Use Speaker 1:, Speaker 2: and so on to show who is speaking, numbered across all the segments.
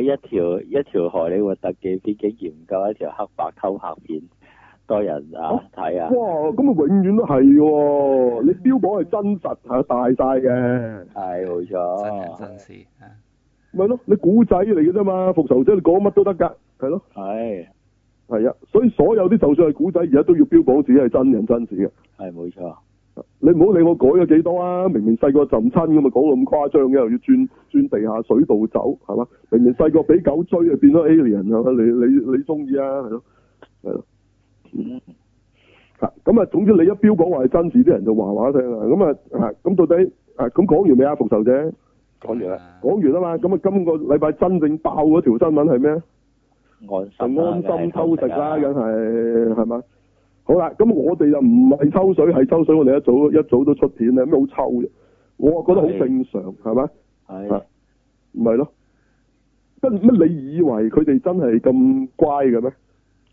Speaker 1: 一條一條荷里活特技片竟然唔夠一條黑白偷拍片多人啊睇啊！
Speaker 2: 哇，咁啊永遠都係哦喎，你標榜係真實係大晒嘅，
Speaker 1: 係啊冇
Speaker 3: 真人真
Speaker 1: 錯，
Speaker 3: 事啊，
Speaker 2: 咪咯，你古仔嚟嘅啫嘛，復仇者你講乜都得㗎，係咯，
Speaker 1: 係
Speaker 2: 係啊，所以所有啲就算係古仔，而家都要標榜自己係真人真事嘅。
Speaker 1: 係冇錯，
Speaker 2: 你唔好理我改咗幾多啊！明明細個浸親咁啊，講到咁誇張嘅，又要轉轉地下水道走，係嘛？明明細個俾狗追啊，變咗 alien 係嘛？你你你中意啊？係咯，係咯。
Speaker 1: 嗯
Speaker 2: 嚇咁啊，總之你一標榜話係真事，啲人就話話聲啦。咁啊啊，咁到底啊咁講完未啊？復仇者
Speaker 3: 講完啦
Speaker 2: 講完啦嘛。咁啊，今個禮拜真正爆嗰條新聞係咩？就
Speaker 1: 安心啦
Speaker 2: 安心偷食啦，
Speaker 1: 梗係
Speaker 2: 梗係係嘛？好啦，咁我哋就唔係抽水，係抽水。我哋一早一早都出片啦，咩好抽啫？我啊覺得好正常，係嘛？
Speaker 1: 係
Speaker 2: 唔係咯？乜乜你以為佢哋真係咁乖嘅咩？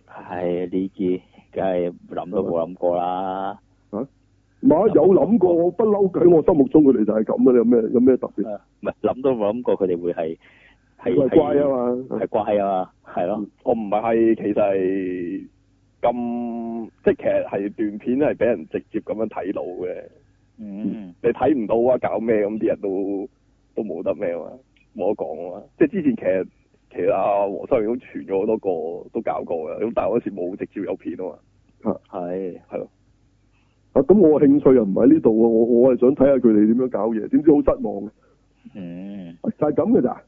Speaker 1: 係呢啲，梗係諗都冇諗過啦。
Speaker 2: 唔係有諗過，我不嬲佢，我心目中佢哋就係咁嘅，你有咩有咩特別？
Speaker 1: 唔係諗都冇諗過佢哋會係係
Speaker 2: 佢係乖啊嘛
Speaker 1: 係，乖啊嘛，係咯，
Speaker 4: 我唔係其實係咁，即係其實係段片係俾人直接咁樣睇到嘅，
Speaker 1: 嗯，
Speaker 4: 你睇唔到啊，搞咩咁啲人都都冇得咩嘛，冇得講啊嘛。即係之前其實其實阿黃修都傳咗好多個都搞過嘅，咁但係嗰時冇直接有片啊嘛，
Speaker 1: 係
Speaker 4: 係咯。
Speaker 2: 啊咁我興趣又唔喺呢度喎，我我係想睇下佢哋點樣搞嘢，點知好失望嘅，
Speaker 1: 嗯
Speaker 2: 就係咁嘅咋。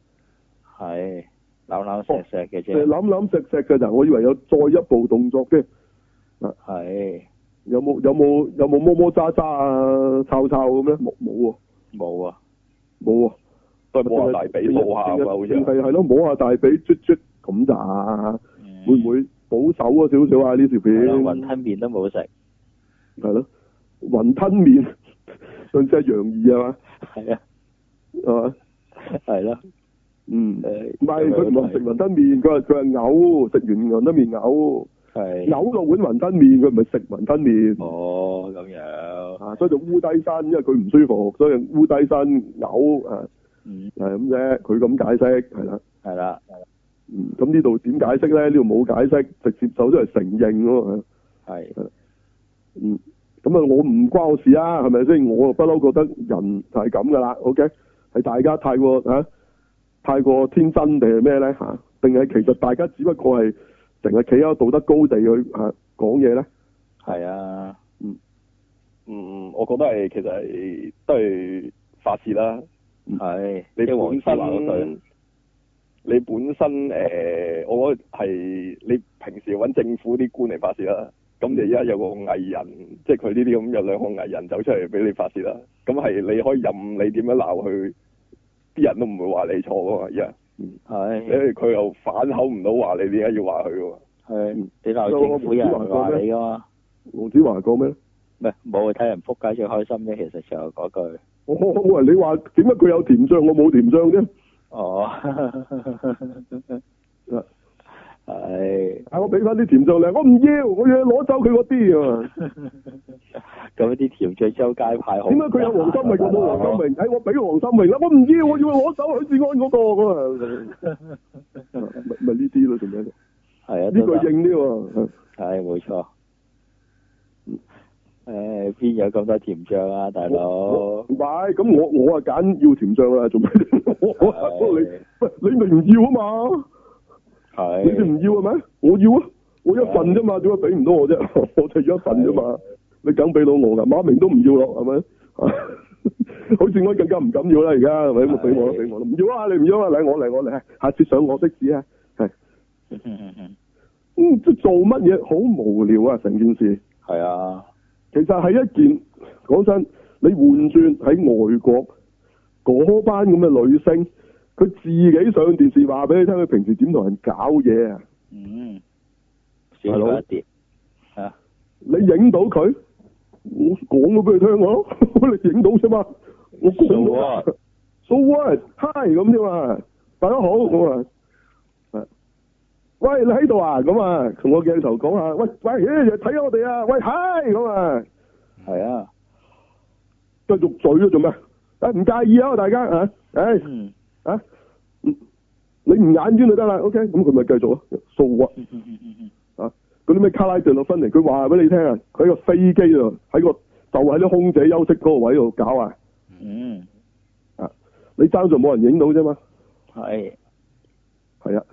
Speaker 1: 係攬攬錫錫嘅
Speaker 2: 就係
Speaker 1: 啫，
Speaker 2: 諗諗石石嘅咋，我以為有再一步動作嘅，
Speaker 1: 係
Speaker 2: 有冇有冇有冇摸摸揸揸啊、抄抄咁咧？冇冇喎，
Speaker 1: 冇啊，
Speaker 2: 冇喎。
Speaker 4: 都係摸下大髀掃下咁啊，好似
Speaker 2: 係
Speaker 4: 係
Speaker 2: 係咯，摸下大髀，啜啜咁咋？
Speaker 1: 嗯
Speaker 2: 會唔會保守啊少少啊？呢條片
Speaker 1: 係咯雲吞麵都冇 食，
Speaker 2: 係咯，雲吞麵 上次係楊怡啊嘛，
Speaker 1: 係啊，
Speaker 2: 係嘛？
Speaker 1: 係咯，
Speaker 2: 嗯，
Speaker 1: 誒啊
Speaker 2: 唔係佢唔係食雲吞麵，佢係佢係嘔，食完雲吞麵嘔，
Speaker 1: 係
Speaker 2: 嘔落碗雲吞麵，佢唔係食雲吞麵。
Speaker 1: 哦咁樣，
Speaker 2: 啊，所以就烏低身，因為佢唔舒服，所以烏低身嘔啊，
Speaker 1: 嗯
Speaker 2: 係咁啫。佢咁解釋係啦，
Speaker 1: 係啦，
Speaker 2: 嗯，咁呢度點解釋咧？呢度冇解釋，直接走咗嚟承認咯，係
Speaker 1: 係
Speaker 2: 嗯，咁啊，我唔關我事啊，係咪先？我不嬲覺得人就係咁噶啦，OK，係大家太過嚇、啊太過天真定係咩咧嚇？定係其實大家只不過係成日企喺道德高地去嚇、啊講嘢咧？
Speaker 1: 係啊，
Speaker 4: 嗯，我覺得係其實係都係發泄啦。
Speaker 1: 係
Speaker 4: 你
Speaker 1: 即係
Speaker 4: 本
Speaker 1: 黃子華嗰啊對
Speaker 4: 身，你本身誒、呃我覺得係你平時揾政府啲官嚟發泄啦。咁你而家有個藝人，即係佢呢啲咁有兩個藝人走出嚟俾你發泄啦。咁係你可以任你點樣鬧佢，啲人都唔會話你錯噶嘛。而家因
Speaker 1: 係
Speaker 4: 為佢又反口唔到話你點解要話佢噶嘛。
Speaker 1: 係你鬧政府有人話你噶嘛？
Speaker 2: 黃子華講咩咧？
Speaker 1: 唔係冇睇人撲街最開心啫，其實就係嗰句。
Speaker 2: 我我我以為你話點解佢有甜醬，我冇甜醬啫？
Speaker 1: 哦，係，
Speaker 2: 係我俾翻啲甜醬你，我唔要，我要攞走佢嗰啲啊！
Speaker 1: 咁啲甜醬周街派好。
Speaker 2: 點解佢
Speaker 1: dạ,
Speaker 2: 有黃心穎，我冇黃
Speaker 1: 明？
Speaker 2: 心穎？哎，我俾黃心穎啦，我唔要，我要攞走許志安嗰個咁 啊！咪咪呢啲咯，仲有呢
Speaker 1: 係啊，
Speaker 2: 個應啲喎。
Speaker 1: 係冇錯。嗯誒，邊有咁多甜醬啊，大佬
Speaker 2: 唔？係，咁我我啊揀要甜醬啦，做咩？我 我你喂你咪唔要啊嘛？你哋
Speaker 1: 係
Speaker 2: 唔要係咪？我要啊，我一份啫嘛，點解俾唔到我啫？ 我就要一份啫嘛，你梗俾到我噶，馬明都唔要咯，係咪？ 好似我更加唔敢要啦，而家係咪？咁俾我啦，
Speaker 1: 係
Speaker 2: 俾我啦，唔要啊！你唔要啊！嚟我嚟我嚟，下次上我的士啊！係，嗯，即係做乜嘢好無聊啊！成件事
Speaker 1: 係啊，
Speaker 2: 其實係一件講真，你換轉喺外國嗰班咁嘅女星，佢自己上電視話俾你聽，佢平時點同人搞嘢啊！
Speaker 1: 嗯，少咗一碟啊，
Speaker 2: 你影到佢，我講咗俾佢聽我咯， 你影到啫嘛，我講
Speaker 1: So
Speaker 2: 咗啊 So what？Hi 咁啫嘛，大家好咁啊，係喂你喺度啊咁啊，同我鏡頭講下，喂喂，咦睇下我哋啊，喂 Hi 咁啊，
Speaker 1: 係啊，
Speaker 2: 繼續嘴啊做咩？啊唔介意啊大家啊，唉
Speaker 1: 嗯，
Speaker 2: 啊，嗯你唔眼冤就得啦，OK，咁佢咪繼續咯，so what 啊？嗰啲咩卡拉頓洛芬尼，佢話俾你聽啊，佢喺個飛機度，喺個就喺啲空姐休息嗰個位度搞啊，
Speaker 1: 嗯，
Speaker 2: 你爭在冇人影到啫嘛，
Speaker 1: 係，
Speaker 2: 係啊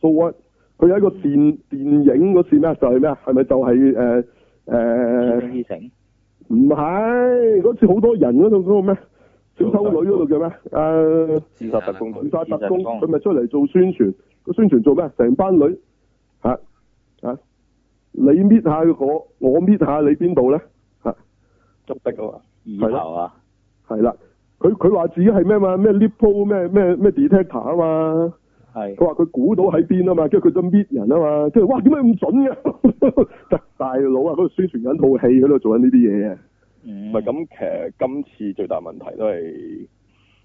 Speaker 2: ，so what？佢喺一個電電影嗰次咩啊？就係咩啊？係咪就係誒誒？
Speaker 1: 朱醫成，
Speaker 2: 唔係嗰次好多人嗰度嗰個咩小偷女嗰度叫咩？呃誒
Speaker 4: 自
Speaker 3: 啊
Speaker 4: 殺特工
Speaker 2: 自
Speaker 4: 隊，
Speaker 2: 殺特工，佢咪出嚟做宣傳？個宣傳做咩？成班女嚇嚇，你搣下我，我搣下你邊度咧？
Speaker 4: 捉的啊嘛，
Speaker 1: 二頭啊，
Speaker 2: 係啦，佢佢話自己係咩嘛？咩 lipo 咩咩咩 detector 啊嘛？
Speaker 1: 係，
Speaker 2: 佢話佢估到喺邊啊嘛，跟住佢就搣人啊嘛，跟住哇點解咁準嘅？ 大佬啊，嗰度宣傳緊套戲，喺度做緊呢啲嘢啊！
Speaker 1: 唔
Speaker 4: 唔係，咁，其實今次最大問題都係，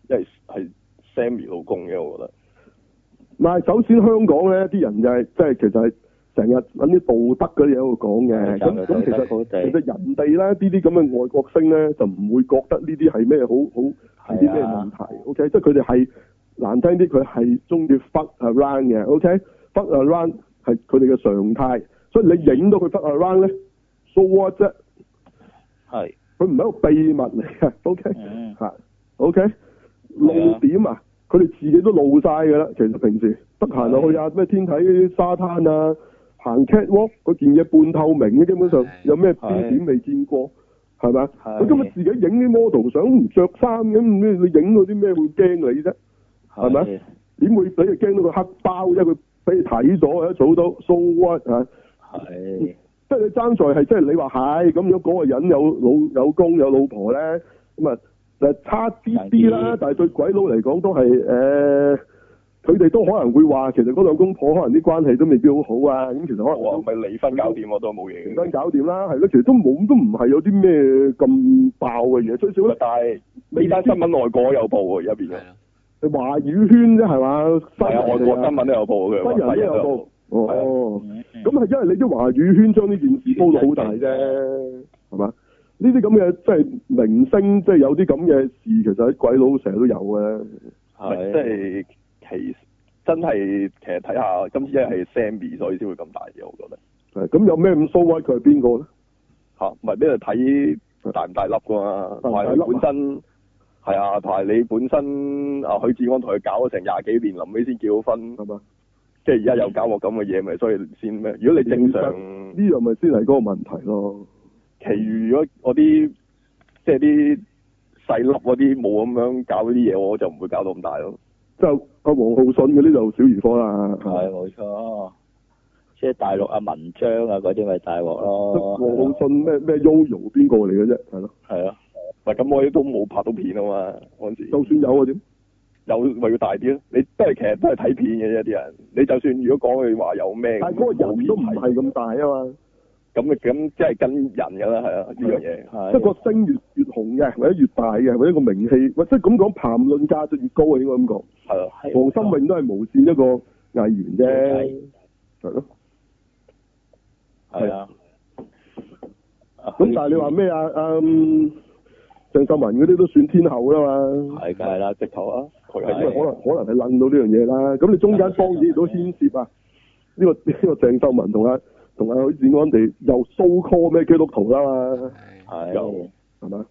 Speaker 4: 因為係 Sammy 老公嘅，我覺得
Speaker 2: 唔係，首先香港咧啲人就係即係其實係成日揾啲道德嗰啲嘢喺度講嘅，咁咁其實
Speaker 1: 好
Speaker 2: 其
Speaker 1: 地，
Speaker 2: 實人哋咧呢啲咁嘅外國星咧就唔會覺得呢啲係咩好好係啲咩
Speaker 1: 係
Speaker 2: 問
Speaker 1: 啊
Speaker 2: 題，OK？即係佢哋係難聽啲，佢係中意 fuck around 嘅，OK？fuck around 係佢哋嘅常態，所以你影到佢 fuck around 咧，so what 啫？
Speaker 1: 係，
Speaker 2: 佢唔係一個秘密嚟嘅，OK？
Speaker 1: 嗯
Speaker 2: 嚇，OK？露點啊，佢哋自己都露晒㗎啦。其實平時得閒就去啊，咩天體沙灘啊，行 catwalk 嗰件嘢半透明嘅，基本上
Speaker 3: 係
Speaker 2: 有咩標點未見過，係咪啊？
Speaker 1: 係
Speaker 2: 佢根本自己影啲 model 相唔着衫咁，咁你影到啲咩會驚你啫？係咪
Speaker 1: 係
Speaker 2: 點會俾你驚到佢黑包啫？佢俾你睇咗一早都 so what 啊！
Speaker 1: 係，
Speaker 2: 即係你爭在係，即係你話係咁，如果嗰個人有老有公有老婆咧，咁啊就差啲啲啦
Speaker 1: 難啲。
Speaker 2: 但係對鬼佬嚟講都係誒，呃佢、哋都可能會話，其實嗰兩公婆可能啲關係都未必好好啊。咁其實可能
Speaker 4: 我
Speaker 2: 都
Speaker 4: 話咪離婚搞掂我都冇嘢
Speaker 2: 突然。
Speaker 4: 嘅
Speaker 2: 間搞掂啦，係咯。其實都冇都唔係有啲咩咁爆嘅嘢，最少
Speaker 4: 喂
Speaker 2: 咧
Speaker 4: 但係呢單新聞外國有報喎，入邊嘅
Speaker 3: 係，啊咯，
Speaker 2: 華語圈啫係嘛，西
Speaker 4: 係啊，外國新聞都有報嘅，
Speaker 2: 新人都
Speaker 4: 西人
Speaker 2: 有報。哦。
Speaker 1: 嗯
Speaker 2: 咁係因為你啲華語圈將呢件事煲到好大啫，係嘛？呢啲咁嘅即係明星，即係有啲咁嘅事，其實喺鬼佬成日都有嘅。
Speaker 4: 係啊
Speaker 1: 係，
Speaker 4: 即係其真係其實睇下今次一係 Sammy 所以先會咁大嘅，我覺得
Speaker 2: 係咁有咩咁騷威？佢係邊個咧？
Speaker 4: 嚇，唔係呢度睇大唔大粒噶
Speaker 2: 大
Speaker 4: 嘛，
Speaker 2: 唔
Speaker 4: 同
Speaker 2: 大
Speaker 4: 埋
Speaker 2: 粒啊
Speaker 4: 佢本身係啊，同埋你本身啊許志安同佢搞咗成廿幾年，臨尾先結咗婚，
Speaker 2: 係嘛？
Speaker 4: 即係而家又搞個咁嘅嘢，咪所以先咩？如果你正常，
Speaker 2: 呢樣咪先係嗰個問題咯。
Speaker 4: 其餘如果我啲即係啲細粒嗰啲冇咁樣搞啲嘢，我就唔會搞到咁大咯。
Speaker 2: 即係阿黃浩信嗰啲就小兒科啦。
Speaker 1: 係冇錯，即係大陸啊文章啊嗰啲咪大鑊
Speaker 2: 即係
Speaker 1: 咯，
Speaker 2: 黃浩信咩咩 Yoyo 邊個嚟嘅啫？係咯，
Speaker 1: 係咯，
Speaker 4: 喂，咁我都冇拍到片啊嘛，嗰陣
Speaker 1: 嗯
Speaker 4: 時。
Speaker 2: 就算有啊點？
Speaker 4: 有咪要大啲咯？你都係其實都係睇片嘅啫，啲人。你就算如果講佢話有咩，
Speaker 2: 但係嗰個人都唔
Speaker 4: 冇
Speaker 2: 係
Speaker 4: 片睇
Speaker 2: 咁大啊嘛。
Speaker 4: 咁，咁即係跟人㗎啦，係啊呢樣嘢。
Speaker 1: 係，
Speaker 2: 即係個星越越紅嘅，或者越大嘅，或者個名氣，或者咁講談論價值越高啊，應該咁講。
Speaker 4: 係啊，
Speaker 2: 黃心穎都係無線一個藝員啫，
Speaker 1: 係
Speaker 2: 係咯。
Speaker 1: 係啊，
Speaker 2: 咁但係你話咩啊？嗯，鄭秀文嗰啲都算天后啦嘛，
Speaker 1: 係梗係啦，
Speaker 4: 直頭啊，佢
Speaker 2: 咁
Speaker 4: 係
Speaker 2: 啊可能可能係楞到呢樣嘢啦。咁你中間當然亦都牽涉啊，呢個呢個鄭秀文同阿同阿許志安哋又 so call 咩基督徒啦嘛，
Speaker 3: 係
Speaker 1: 係
Speaker 4: 有。
Speaker 2: 係嘛？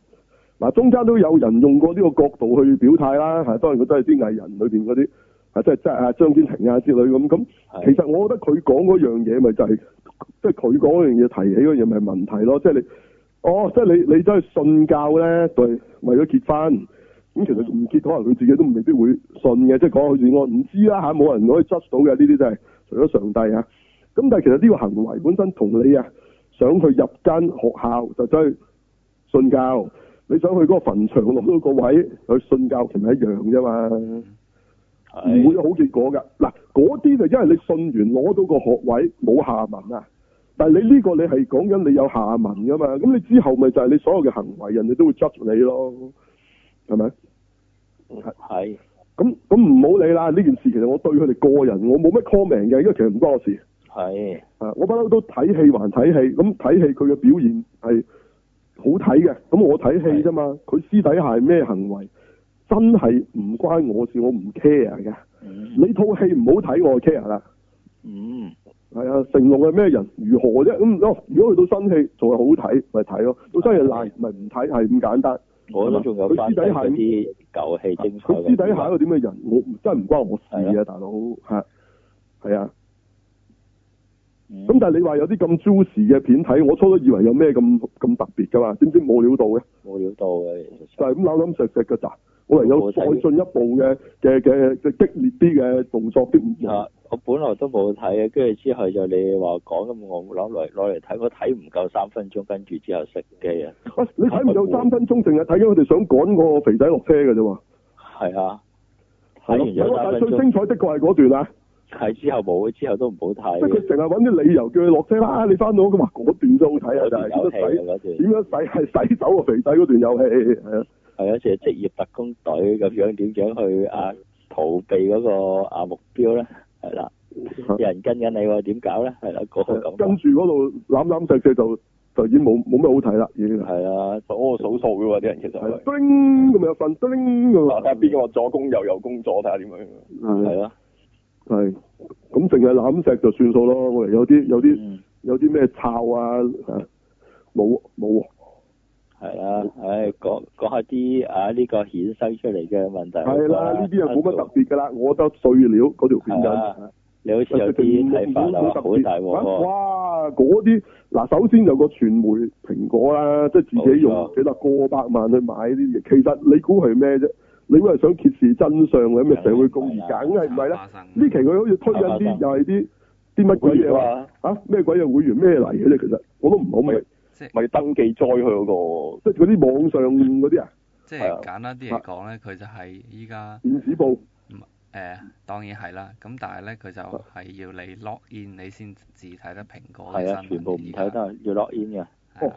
Speaker 2: 嗱，中間都有人用過呢個角度去表態啦，係當然佢都係啲藝人裏邊嗰啲，係即係即係啊張堅庭啊之類咁咁。
Speaker 1: 係
Speaker 2: 其實我覺得佢講嗰樣嘢咪就係，即係佢講嗰樣嘢提起嗰樣嘢咪問題咯，即係你，哦，即係你你真係信教咧，對，為咗結婚，咁其實唔結可能佢自己都未必會信嘅，即係講許志安唔知啦嚇，冇人可以 judge 到嘅呢啲真係，除咗上帝啊，咁但係其實呢個行為本身同你啊想去入間學校就走去信教，你想去嗰個墳場攞到個位去信教，其實一樣啫嘛。唔會
Speaker 1: 係
Speaker 2: 有好結果㗎。嗱，嗰啲就因為你信完攞到個學位冇下文啊，但係你呢個你係講緊你有下文㗎嘛，咁你之後咪就係你所有嘅行為，人哋都會 judge 你咯，係咪？
Speaker 1: 係
Speaker 2: 咁咁唔好理啦，呢件事其實我對佢哋個人我冇乜 comment 嘅，因為其實唔關我事
Speaker 1: 係
Speaker 2: 啊，我不嬲都睇戲還睇戲，咁睇戲佢嘅表現係好睇嘅，咁我睇戲啫嘛，佢私底下係咩行為真係唔關我事，我唔 care 嘅，
Speaker 1: 嗯
Speaker 2: 你套戲唔好睇我 care 啦。
Speaker 1: 嗯
Speaker 2: 係啊，成龍係咩人？如何啫？咁哦，如果去到新戲仲係好睇，咪睇咯；到新戲爛，咪唔睇，係咁簡單。
Speaker 1: 我都仲有翻睇嗰啲舊戲精彩
Speaker 2: 啊
Speaker 1: 啊
Speaker 2: 佢
Speaker 1: 嘅。
Speaker 2: 私底下一個點嘅人，我真係唔關我事
Speaker 1: 係
Speaker 2: 啊，大佬係係啊。
Speaker 1: 嗯
Speaker 2: 咁但係你話有啲咁 juicy 嘅片睇，我初初以為有咩咁咁特別㗎嘛，點知冇料到嘅，
Speaker 1: 冇料到嘅，其實
Speaker 2: 就係咁攬攬石石嘅咋。我嚟有
Speaker 1: 冇
Speaker 2: 再
Speaker 1: 睇
Speaker 2: 進一步嘅嘅嘅嘅激烈啲嘅動作啲唔
Speaker 1: 啊！我本來都冇睇嘅，跟住之後就你話講咁，我攞嚟攞嚟睇，我睇唔夠三分鐘，跟住之後熄機啊！
Speaker 2: 喂，你睇唔夠三分鐘，淨係睇緊佢哋想趕嗰個肥仔落車嘅啫喎。
Speaker 1: 係啊，睇
Speaker 2: 係
Speaker 1: 完有三
Speaker 2: 但係
Speaker 1: 分
Speaker 2: 最
Speaker 1: 鐘，
Speaker 2: 精彩的確係嗰段啊，
Speaker 1: 係之後冇，之後都唔好
Speaker 2: 即
Speaker 1: 睇
Speaker 2: 係佢
Speaker 1: 嘅。
Speaker 2: 成日揾啲理由叫佢落車啦，你翻到咁話嗰段真好睇啊，
Speaker 1: 有段
Speaker 2: 就係
Speaker 1: 有戲
Speaker 2: 點樣洗
Speaker 1: 啊！嗰段
Speaker 2: 點樣洗係洗走個肥仔嗰段遊戲係啊，
Speaker 1: 係啊，似係職業特工隊咁樣點樣去啊逃避嗰個啊目標咧？係啦，有人跟緊你喎，點搞咧？係啦，嗰個咁
Speaker 2: 啊跟住嗰度攬攬石石就就已經冇冇咩好睇啦，已經係。
Speaker 1: 係啊啦，
Speaker 4: 我數數嘅喎，啲人其實
Speaker 2: 係啦
Speaker 4: 係。
Speaker 2: 叮咁有份，叮咁
Speaker 4: 嗱，睇下
Speaker 2: 啊
Speaker 4: 邊個左攻右，右攻左，睇下點樣。
Speaker 1: 係
Speaker 2: 係
Speaker 1: 咯，
Speaker 2: 係咁，淨係攬石就算數咯。我哋有啲有啲
Speaker 1: 嗯，
Speaker 2: 有啲咩抄啊，啊冇冇
Speaker 1: 係啦，唉，講講下啲啊呢個衍生出嚟嘅問題。
Speaker 2: 係啦，呢啲又冇乜特別㗎啦，我覺得碎料嗰條片
Speaker 1: 係啊
Speaker 2: 真係。
Speaker 1: 你好似
Speaker 2: 呃
Speaker 1: 有啲睇法啊，好大鑊喎！
Speaker 2: 哇！嗰啲嗱，首先有個傳媒蘋果啦，即係自己用
Speaker 1: 冇錯
Speaker 2: 幾多過百萬去買呢啲嘢。其實你估係咩啫？你估係想揭示真相嘅咩社會公義？梗係唔係啦？呢期佢好似推緊啲
Speaker 1: 係
Speaker 2: 又係啲啲乜鬼嘢話
Speaker 1: 啊
Speaker 4: 嘛，
Speaker 2: 嚇咩鬼嘢會員咩嚟嘅咧？其實我都唔好明，
Speaker 3: 即係
Speaker 4: 咪登記災佢嗰個。
Speaker 2: 即係嗰啲網上嗰啲啊
Speaker 3: 即
Speaker 4: 係啊
Speaker 3: 係簡單啲嚟講咧，佢就係依家
Speaker 2: 電子報
Speaker 3: 誒當然係啦，咁但係咧佢就
Speaker 2: 啊
Speaker 3: 係要你 log in 你先至睇得蘋果嘅
Speaker 1: 係啊，
Speaker 3: 新
Speaker 1: 全部唔
Speaker 3: 聞
Speaker 1: 睇
Speaker 3: 而家
Speaker 1: 得，要落煙嘅，
Speaker 3: 係啦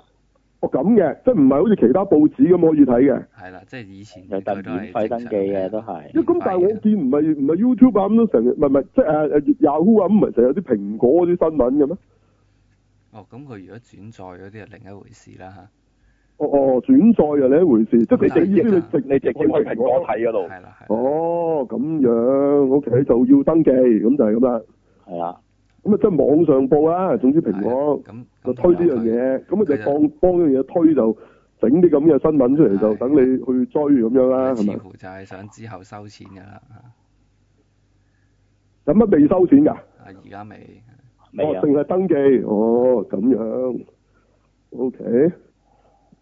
Speaker 2: 哦咁嘅，即係唔係好似其他報紙咁可以睇嘅？
Speaker 3: 係啦，即係以前
Speaker 1: 有
Speaker 3: 佢
Speaker 1: 得
Speaker 3: 都係
Speaker 1: 免費登記嘅都係。
Speaker 2: 咁但係我見唔係唔係 YouTube 啊咁都成日，唔係唔係即係誒誒 Yahoo 啊咁，唔係成日有啲蘋果嗰啲新聞嘅咩？
Speaker 3: 哦，咁佢如果轉載嗰啲係另一回事啦
Speaker 2: 哦哦，轉載啊，另一回事，即係
Speaker 3: 係
Speaker 2: 你你意思
Speaker 3: 係
Speaker 2: 你
Speaker 3: 啊
Speaker 2: 直
Speaker 4: 你直接去蘋果睇嗰
Speaker 3: 嚇，
Speaker 4: 度，
Speaker 3: 係啦係啦，
Speaker 2: 哦，咁樣，OK 就要登記，咁就係咁啦。
Speaker 1: 係啦，
Speaker 2: 咁啊，即係網上報啦。總之蘋果
Speaker 3: 係啊咁
Speaker 2: 就推呢樣，嘢，咁啊就
Speaker 3: 佢就
Speaker 2: 當幫呢樣嘢推就整啲咁嘅新聞出嚟，
Speaker 3: 係
Speaker 2: 就等你去追咁樣啦，
Speaker 3: 咁
Speaker 2: 係
Speaker 3: 似
Speaker 2: 咪？
Speaker 3: 乎就係想之後收錢㗎啦嚇，啊
Speaker 2: 有乜啊未收錢㗎？
Speaker 3: 啊而家未
Speaker 1: 未
Speaker 2: 哦，
Speaker 1: 啊，
Speaker 2: 淨係登記，哦，咁樣，OK。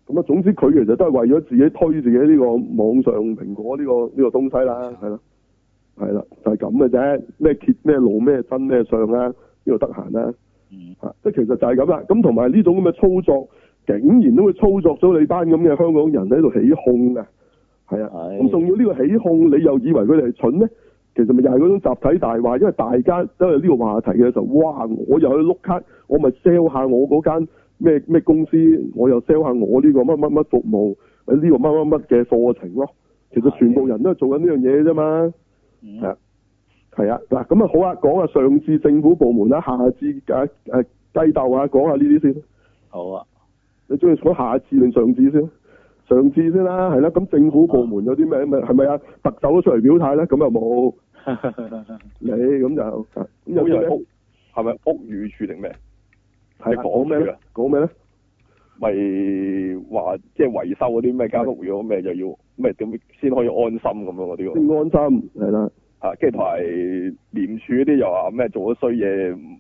Speaker 2: 咁啊，總之佢其實都係為咗自己推自己呢個網上蘋果呢、個呢、個東西啦，係啦，係啦，就係咁嘅啫。咩揭咩露咩真咩相啦，呢度得閒啦，
Speaker 1: 嗯，
Speaker 2: 嚇，啊即係其實就係咁啦。咁同埋呢種咁嘅操作，竟然都會操作咗你班咁嘅香港人喺度起哄嘅，係啊。
Speaker 1: 係
Speaker 2: 咁仲要呢個起哄，你又以為佢哋係蠢咧？其實咪又係嗰種集體大話，因為大家都係呢個話題嘅時候，哇！我又去碌卡，我咪 sell 下我嗰間咩咩公司，我又 sell 下我呢個乜乜乜服務，呢、個乜乜乜嘅課程咯。其實全部人都係做緊呢樣嘢啫嘛。
Speaker 1: 嗯
Speaker 2: 係啊係啊，嗱咁啊好啊，講下上至政府部門啦，下至誒誒雞竇啊，講下呢啲先。
Speaker 1: 好 啊，
Speaker 2: 你中意講下至定上至先？上至先啦，係啦。咁政府部門有啲咩咪係咪啊？特首都出嚟表態咧，咁又冇你咁就啊咁有
Speaker 4: 好似
Speaker 2: 啲
Speaker 4: 係
Speaker 2: 咩
Speaker 4: 屋？係咪屋宇署定咩？
Speaker 2: 係啊講咩
Speaker 4: 你講住
Speaker 2: 咧
Speaker 4: 啊？
Speaker 2: 講咩咧？
Speaker 4: 咪話即係維修嗰啲咩間屋如果咩就要咩點先可以安心咁樣嗰啲喎
Speaker 2: 先安心係啦，
Speaker 4: 嚇，跟住同埋廉署嗰啲又話咩做咗衰嘢唔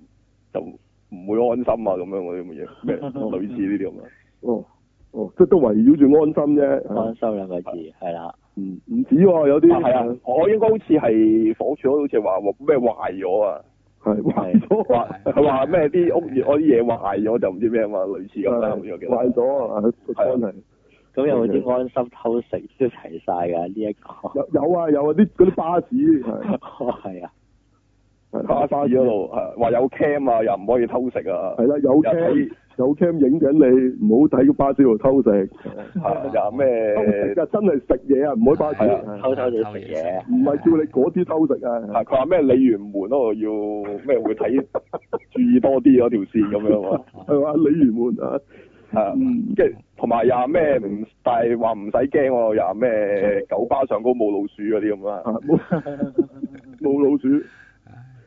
Speaker 4: 就唔會安心啊咁樣嗰啲咁嘅嘢， 咩類似呢啲咁啊？
Speaker 2: 哦哦，即係都圍繞住安心啫，係啊
Speaker 1: 安心兩個字
Speaker 4: 嗯
Speaker 1: 係啦，
Speaker 2: 唔唔止喎，有啲
Speaker 4: 啊係啊，我應該好似係房署好似話咩壞咗啊，
Speaker 2: 係壞咗啊，
Speaker 3: 係
Speaker 4: 佢話咩啲屋 我啲嘢壞咗就唔知咩嘛，類似咁啦，好似我記得
Speaker 2: 壞咗啊，真
Speaker 4: 係啊
Speaker 2: 係。
Speaker 1: 咁有冇
Speaker 4: 嗯
Speaker 1: 啲安心偷食都齊晒㗎呢一個？
Speaker 2: 有有啊有啊啲嗰啲巴士係
Speaker 1: 係啊，
Speaker 2: 係
Speaker 4: 巴士嗰度係話有 cam 啊，又唔可以偷食啊，
Speaker 2: 係啦有
Speaker 4: 又
Speaker 2: cam
Speaker 4: 睇
Speaker 2: 有 cam 影緊你，唔好睇個巴士度偷食，偷
Speaker 4: 係又
Speaker 2: 食
Speaker 4: 啊咩？
Speaker 2: 啊真係食嘢啊，唔可以巴士
Speaker 4: 係啊
Speaker 2: 係
Speaker 1: 偷偷哋食嘢，
Speaker 2: 唔係叫你嗰啲偷食啊
Speaker 4: 係，佢話咩鯉魚門嗰度要咩會睇注意多啲嗰條線咁樣喎，
Speaker 2: 係嘛？鯉魚門啊，
Speaker 4: 係啊跟住同埋又話咩唔，但係啊話唔使驚喎，又話咩九巴上高冇老鼠嗰啲咁啊，
Speaker 2: 啊冇冇老鼠。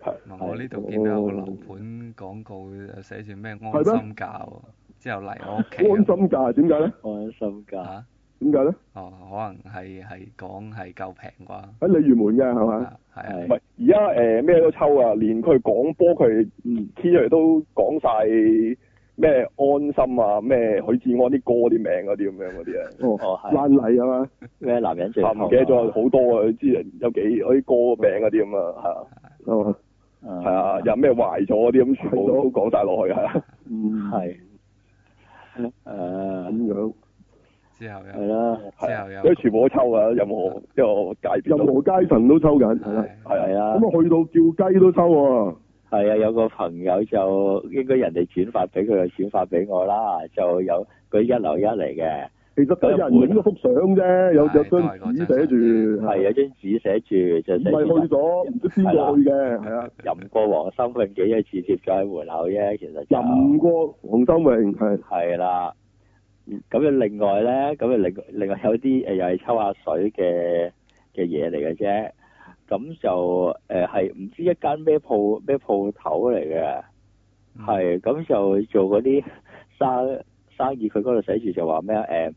Speaker 3: 同啊我呢度見到有個樓盤廣告誒寫住咩安
Speaker 2: 係咩
Speaker 3: 心價喎，之後嚟我屋
Speaker 2: 安
Speaker 3: 企
Speaker 2: 心價點解咧？
Speaker 1: 安心
Speaker 3: 啊
Speaker 1: 價，
Speaker 3: 啊
Speaker 2: 點解咧？
Speaker 3: 哦，可能係係講係夠平啩，
Speaker 2: 喺鯉魚門嘅係嘛？
Speaker 3: 啊係啊
Speaker 4: 唔
Speaker 1: 係
Speaker 4: 係而家誒咩都抽啊，連佢講波佢
Speaker 2: 嗯，
Speaker 4: key 出嚟都講晒咩安心啊，咩許志安啲歌啲名嗰啲咁樣嗰啲啊。
Speaker 2: 哦，
Speaker 1: 哦係
Speaker 2: 爛泥係嘛？
Speaker 1: 咩男人最
Speaker 4: 啊
Speaker 1: 後
Speaker 4: 唔記得咗好多啊！之前有幾嗰啲歌名嗰啲咁啊，
Speaker 2: 係嘛？
Speaker 4: 係
Speaker 1: 係
Speaker 4: 啊，係啊，有咩壞咗嗰啲咁，全部都講晒落去啊！嗯
Speaker 2: 嗯，
Speaker 1: 係誒
Speaker 2: 咁樣。
Speaker 3: 之後
Speaker 1: 係
Speaker 3: 有
Speaker 1: 啦，
Speaker 4: 係
Speaker 3: 之後
Speaker 4: 啊
Speaker 3: 有
Speaker 4: 所以全部都抽啊，任何一個界別
Speaker 2: 任
Speaker 4: 都
Speaker 2: 何街神都抽緊，係啦。
Speaker 3: 係
Speaker 4: 係啊
Speaker 1: 係。啦，
Speaker 2: 咁啊，去到叫雞都抽喎。
Speaker 1: 係啊，有個朋友就應該人哋轉發俾佢，就轉發俾我啦，就有佢一流一嚟嘅，
Speaker 2: 其實都有人影咗幅相啫，有有張紙寫
Speaker 4: 嗯
Speaker 2: 住，
Speaker 1: 係有張紙寫住就
Speaker 2: 唔
Speaker 1: 寫
Speaker 2: 係
Speaker 1: 住
Speaker 2: 去咗，唔知邊個去嘅，係啊，
Speaker 1: 飲過黃心穎幾隻字貼咗喺門口啫，其實就。
Speaker 2: 任過黃心穎係
Speaker 1: 係啦，咁啊另外咧，咁啊另另外有啲誒又係抽下水嘅嘅嘢嚟嘅啫，咁就誒係唔知一間咩鋪咩鋪頭嚟嘅，
Speaker 3: 嗯
Speaker 1: 係咁就做嗰啲 生生意，佢嗰度寫住就話咩誒，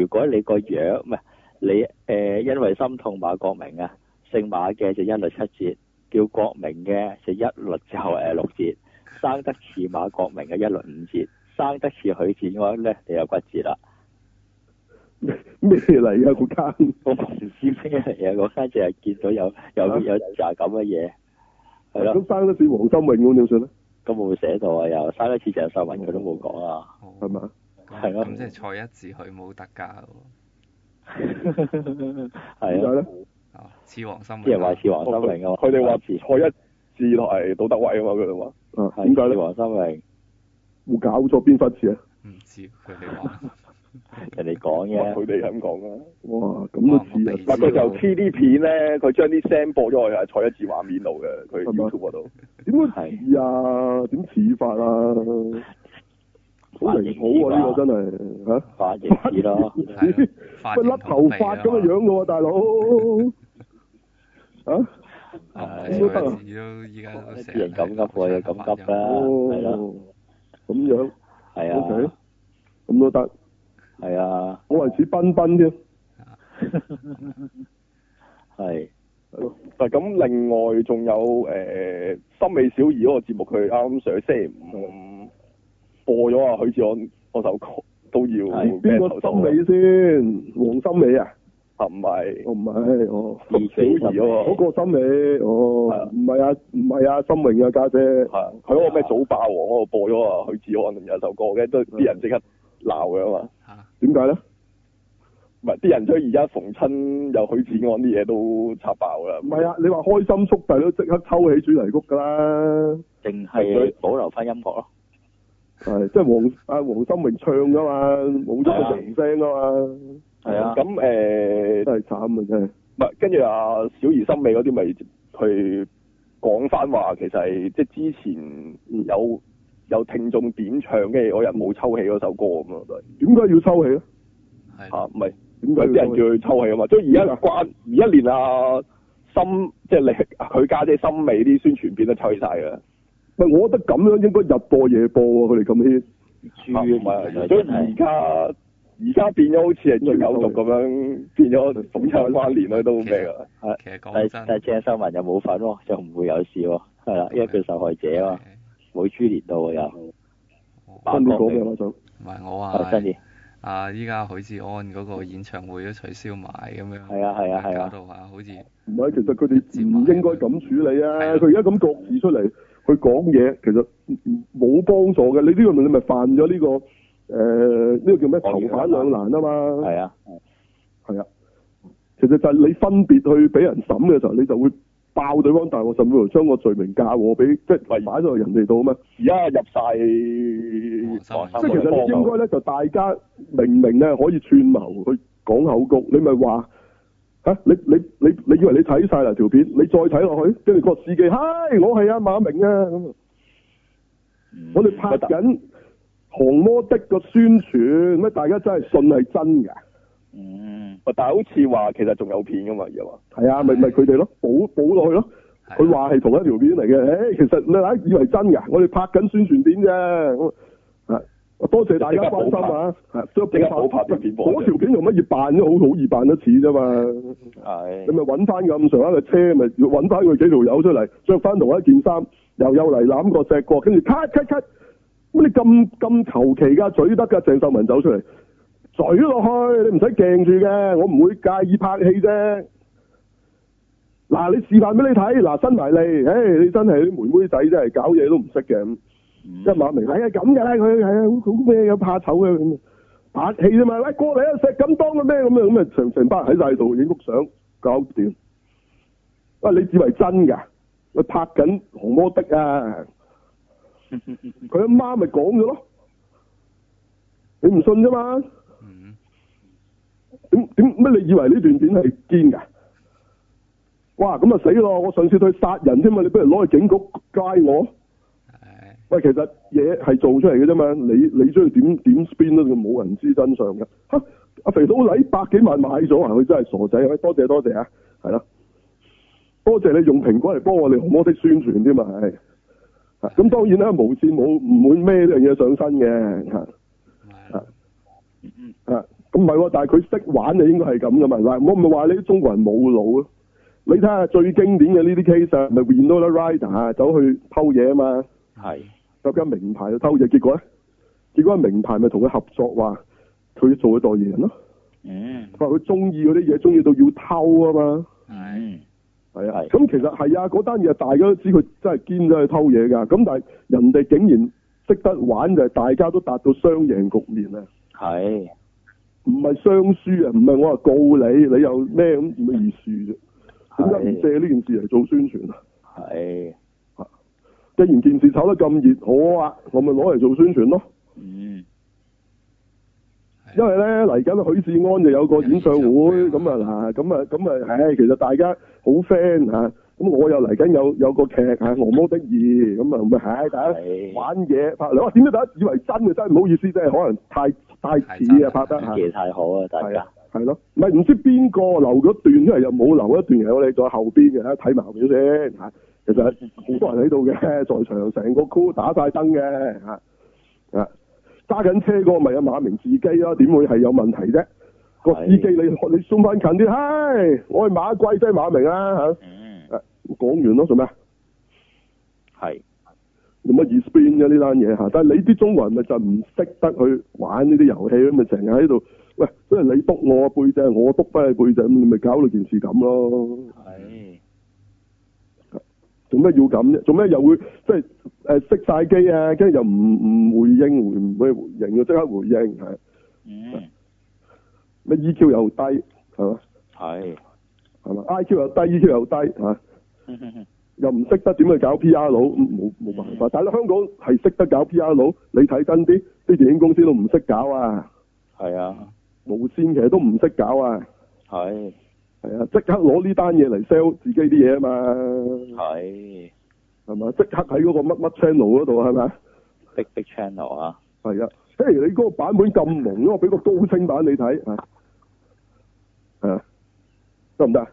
Speaker 1: 如果你個樣唔係你誒、因為心痛馬國明啊，姓馬嘅就一律七折，叫國明嘅就一律就誒六折，生得似馬國明嘅一律五折，生得似許志安咧，你有骨折 啦。
Speaker 2: 咩嚟啊？嗰間
Speaker 1: 我唔知咩嚟嘅，嗰間淨係見到有
Speaker 4: 啊
Speaker 1: 有有扎咁嘅嘢，係咯，
Speaker 2: 咁生得似黃心穎咁點算咧？
Speaker 1: 咁冇寫到啊，又生得似鄭秀文佢都冇講啊。
Speaker 3: 好
Speaker 2: 係咪啊？
Speaker 3: 咁
Speaker 1: 係咯
Speaker 3: 咁即係蔡一字佢冇特價喎，
Speaker 2: 點
Speaker 1: 係
Speaker 2: 解
Speaker 1: 啊，
Speaker 2: 咧？
Speaker 3: 哦，似黃心
Speaker 1: 啲人話
Speaker 3: 穎
Speaker 1: 似黃心穎啊，
Speaker 4: 佢哋話
Speaker 1: 似
Speaker 4: 蔡一智同埋杜德偉啊嘛，佢哋話
Speaker 2: 啊，
Speaker 1: 係
Speaker 2: 點解
Speaker 1: 似
Speaker 2: 咧？
Speaker 1: 黃心穎，
Speaker 2: 冇搞錯邊忽似啊？
Speaker 3: 啊，唔知佢哋話，
Speaker 1: 人哋講
Speaker 4: 哇
Speaker 1: 嘅
Speaker 4: 佢哋係咁講㗎。
Speaker 2: 哇，咁都似啊
Speaker 4: 唔！係佢就 P 啲片咧，佢將啲聲播咗去係蔡一智畫面度嘅，佢
Speaker 2: 係咪
Speaker 4: YouTube 嗰度。
Speaker 2: 點會似啊？點似法啊？好離譜啊！呢個真係嚇，
Speaker 1: 髮型似 咯，啊
Speaker 2: 喂
Speaker 3: 係咯髮型
Speaker 2: 甩頭
Speaker 3: 同鼻啊
Speaker 2: 髮咁嘅樣嘅喎，大 佬啊！
Speaker 3: 啊，
Speaker 1: 係
Speaker 3: 蔡一字都依家都
Speaker 1: 啲
Speaker 3: 成
Speaker 1: 人咁急喎，又咁急啦，係咯，
Speaker 2: 哦，咁樣
Speaker 1: 係
Speaker 2: OK，
Speaker 1: 啊，
Speaker 2: 咁都得。
Speaker 1: 係啊，
Speaker 2: 我係似彬彬添，
Speaker 1: 係
Speaker 4: 嗱咁另外仲有誒、呃森美小儀嗰個節目，佢啱啱上星期五播咗啊許志安嗰首歌，都要
Speaker 1: 係
Speaker 2: 邊
Speaker 4: 咩
Speaker 2: 個
Speaker 4: 投
Speaker 2: 心
Speaker 4: 訴啊
Speaker 2: 理先？黃心理啊？
Speaker 4: 啊唔係
Speaker 2: 哦，唔係，哦，
Speaker 1: 二嘴十
Speaker 2: 嗰個心理，
Speaker 4: 係啊
Speaker 2: 哦，唔係啊，唔係啊，心穎啊，家姐，
Speaker 4: 係佢嗰個咩早霸王嗰度播咗啊許志安有首歌嘅，都啲人即刻鬧嘅嘛。
Speaker 3: 嚇，
Speaker 2: 點解咧？
Speaker 4: 唔係啲人將而家逢親有許志安啲嘢都插爆啦。
Speaker 2: 唔係啊，你話開心速遞都即刻抽起主題曲㗎啦，
Speaker 1: 淨係保留翻音樂咯，
Speaker 2: 係即係黃啊黃心穎唱㗎嘛，冇咗
Speaker 1: 係啊
Speaker 2: 個人聲㗎嘛，
Speaker 1: 係啊，
Speaker 4: 哦咁誒
Speaker 2: 真係慘啊真係，
Speaker 4: 唔係，跟住啊，小儀心美嗰啲咪佢講翻話，其實係即係之前有有聽眾點唱，跟住我人冇抽起嗰首歌咁咯，都係
Speaker 2: 點解要抽起咧？
Speaker 3: 係
Speaker 4: 嚇，
Speaker 3: 咯
Speaker 4: 唔係
Speaker 2: 點解
Speaker 4: 有啲
Speaker 2: 要
Speaker 4: 人
Speaker 2: 抽
Speaker 4: 叫
Speaker 2: 起？
Speaker 4: 佢抽起啊嘛，所以而家關而家連啊心即係你佢家姐心美啲宣傳片都抽起晒㗎，
Speaker 2: 喂，我覺得咁樣應該日播夜播喎，佢哋咁 hit。
Speaker 4: 嚇
Speaker 1: 豬
Speaker 4: 唔係，所以而家而家變咗好似係豬狗族咁樣，變咗逢親關聯咧都咩㗎。
Speaker 3: 其實
Speaker 1: 但
Speaker 3: 講真，
Speaker 1: 但鄭秀文又冇份喎，就唔會有事喎，係啦，因為佢受害者啊嘛，冇
Speaker 3: 係
Speaker 1: 豬連到啊又，
Speaker 3: 我
Speaker 1: 白
Speaker 2: 新啲講
Speaker 1: 國
Speaker 2: 咩
Speaker 1: 明
Speaker 2: 我想？
Speaker 3: 唔係我
Speaker 1: 哦係
Speaker 3: 啊
Speaker 1: 新，啲，
Speaker 3: 啊依家許志安嗰個演唱會都取消埋咁樣，
Speaker 1: 係啊係啊係啊
Speaker 3: 搞到嚇好似
Speaker 2: 唔係，其實佢哋唔應該咁處理啊！
Speaker 3: 係啊
Speaker 2: 佢而家咁各自出嚟去講嘢，其實冇幫助嘅。你呢個你咪犯咗呢、個誒呢、個叫咩
Speaker 1: 講嘢
Speaker 2: 囚犯兩難啊嘛？
Speaker 1: 係啊，
Speaker 2: 係啊，其實就係你分別去俾人審嘅時候，你就會爆對方大鑊，甚至乎將個罪名嫁禍俾即係
Speaker 4: 喂
Speaker 2: 擺咗人哋度啊嘛！
Speaker 4: 而家入晒
Speaker 3: 黃
Speaker 2: 哦
Speaker 3: 心
Speaker 2: 即係其實你應該
Speaker 4: 咧，
Speaker 2: 咧，就大家明明咧可以串謀去講口供，你咪話嚇你你你你以為你睇晒啦條片，你再睇落去，跟住個司機，嗨，我係啊馬明啊咁啊，
Speaker 1: 嗯
Speaker 2: 我哋拍緊航摩的個宣傳，咩大家真係信係真㗎？
Speaker 1: 嗯
Speaker 4: 但係好似話其實仲有片噶嘛，而家話
Speaker 2: 係啊，咪咪佢哋咯，補補落去咯，
Speaker 3: 係
Speaker 2: 佢
Speaker 3: 啦
Speaker 2: 話係同一條片嚟嘅，誒、其實你睇以為真㗎，我哋拍緊宣傳片啫。咁啊，多謝大家關心啊！係即
Speaker 4: 即刻補拍條片播
Speaker 2: 嗰條片用乜嘢扮咗好好易扮得似啫嘛？
Speaker 1: 係
Speaker 2: 你咪揾翻咁上下嘅車，咪要揾翻佢幾條友出嚟，着翻同一件衫，又有嚟攬個隻角，跟住咔咔咔，乜你咁咁求其㗎，嘴得㗎，鄭秀文走出嚟，嘴落去，你唔使鏡住嘅，我唔會介意拍戲啫。嗱，你示範俾你睇，嗱，伸埋脷，唉，你真係啲妹妹仔真係搞嘢都唔識嘅咁。
Speaker 1: 嗯
Speaker 2: 即係馬明，係啊咁㗎啦，佢係啊好好咩有怕醜嘅咁，拍戲啫嘛，喂過嚟啊石咁當嘅咩咁啊咁啊成成班人喺晒度影幅相，搞掂。喂，你以為真㗎？喂，拍緊紅魔的啊！佢阿媽咪講咗咯，你唔信啫嘛？
Speaker 3: 嗯，
Speaker 2: 點點乜？你以為呢段片係堅㗎？哇！咁啊死咯！我上次去殺人添嘛，你不如攞去警局街我。
Speaker 3: 係
Speaker 2: 喂，其實嘢係做出嚟嘅啫嘛，你你中意點點 spin 都冇人知真相嘅。嚇，阿肥佬禮百幾萬買咗啊，佢真係傻仔。喂，多謝多謝啊，係啦，多謝你用蘋果嚟幫我哋紅魔的宣傳添嘛，係。啊咁當然啦，無線冇唔會孭呢樣嘢上身嘅嚇
Speaker 3: 咪係
Speaker 2: 啊
Speaker 3: 咯
Speaker 2: 啊，咁唔係喎，但係佢識玩就應該係咁噶嘛。嗱，我唔係話你啲中國人冇腦咯，你睇下最經典嘅呢啲 case 啊，咪 Winona Ryder 啊走去偷嘢啊嘛。
Speaker 1: 係
Speaker 2: 有間名牌去偷嘢，結果咧，結果名牌咪同佢合作話佢做佢代言人咯。
Speaker 1: 嗯
Speaker 2: 佢話佢中意嗰啲嘢，中意到要偷啊嘛，
Speaker 3: 係
Speaker 1: 嗯
Speaker 2: 係啊
Speaker 1: 係。
Speaker 2: 咁其實係啊，嗰單嘢大家都知佢真係堅咗去偷嘢㗎。咁但係人哋竟然識得玩就係大家都達到雙贏局面啊！
Speaker 1: 係
Speaker 2: 唔係雙輸啊，唔係我話告你，你又咩咁咩意思啫？點解唔
Speaker 1: 係
Speaker 2: 借呢件事嚟做宣傳啊？
Speaker 1: 係
Speaker 2: 既然件事炒得咁熱，好啊，我咪攞嚟做宣傳咯。
Speaker 1: 嗯
Speaker 2: 因為咧嚟緊許志安就有個演唱會咁啊嗱，咁啊咁啊，唉、其實大家好 friend 嚇、咁我又嚟緊有有個劇嚇《鵝毛的二》，咁啊咪唉，大家
Speaker 1: 係
Speaker 2: 玩嘢拍，你話點解大家以為真嘅真係唔好意思，即係可能太太似啊拍得嚇，
Speaker 1: 嘢太好啊，大
Speaker 2: 係啊
Speaker 1: 家
Speaker 2: 係咯，唔係唔知邊個留咗段，因為又冇留一段嘅，我哋在後邊嘅睇埋後邊先嚇。其實好多人喺度嘅， 在場成個 crew 打晒燈嘅嚇啊！揸緊車嗰個咪阿馬明自己啦，點會係有問題啫？個司機你你 zoom 翻近啲，唉，我係馬貴仔馬明啊嚇
Speaker 1: 嗯
Speaker 2: 啊！講完咯，做咩啊？
Speaker 1: 係
Speaker 2: 有乜意 spin 嘅呢單嘢嚇？但係你啲中國人咪就唔識得去玩呢啲遊戲咪成日喺度喂，即係你篤我背脊，我篤翻你背脊，咁你咪搞到件事咁咯。
Speaker 1: 係
Speaker 2: 做咩要咁啫？做咩又會即係誒熄晒機啊？跟住又唔唔回應，回唔會回應，要即刻回應係
Speaker 1: 嗯
Speaker 2: 咩 EQ 又低係嘛
Speaker 1: 係
Speaker 2: 係嘛 IQ 又低，EQ 又低係嘛？
Speaker 1: 嗯
Speaker 2: 又唔識得點去搞 PR 佬，咁冇冇辦法。但係香港係識得搞 PR 佬，你睇真啲，啲電影公司都唔識搞啊，
Speaker 1: 係啊
Speaker 2: 無線其實都唔識搞啊，
Speaker 1: 係
Speaker 2: 係啊，即刻攞呢單嘢嚟 sell 自己啲嘢啊嘛，
Speaker 1: 係
Speaker 2: 係嘛？即刻喺嗰個乜乜 channel 嗰度係咪啊？
Speaker 1: Big Big Channel 啊
Speaker 2: 係啊，嘿，你嗰個版本咁蒙，我俾個高清版你睇啊，係啊，得唔得啊？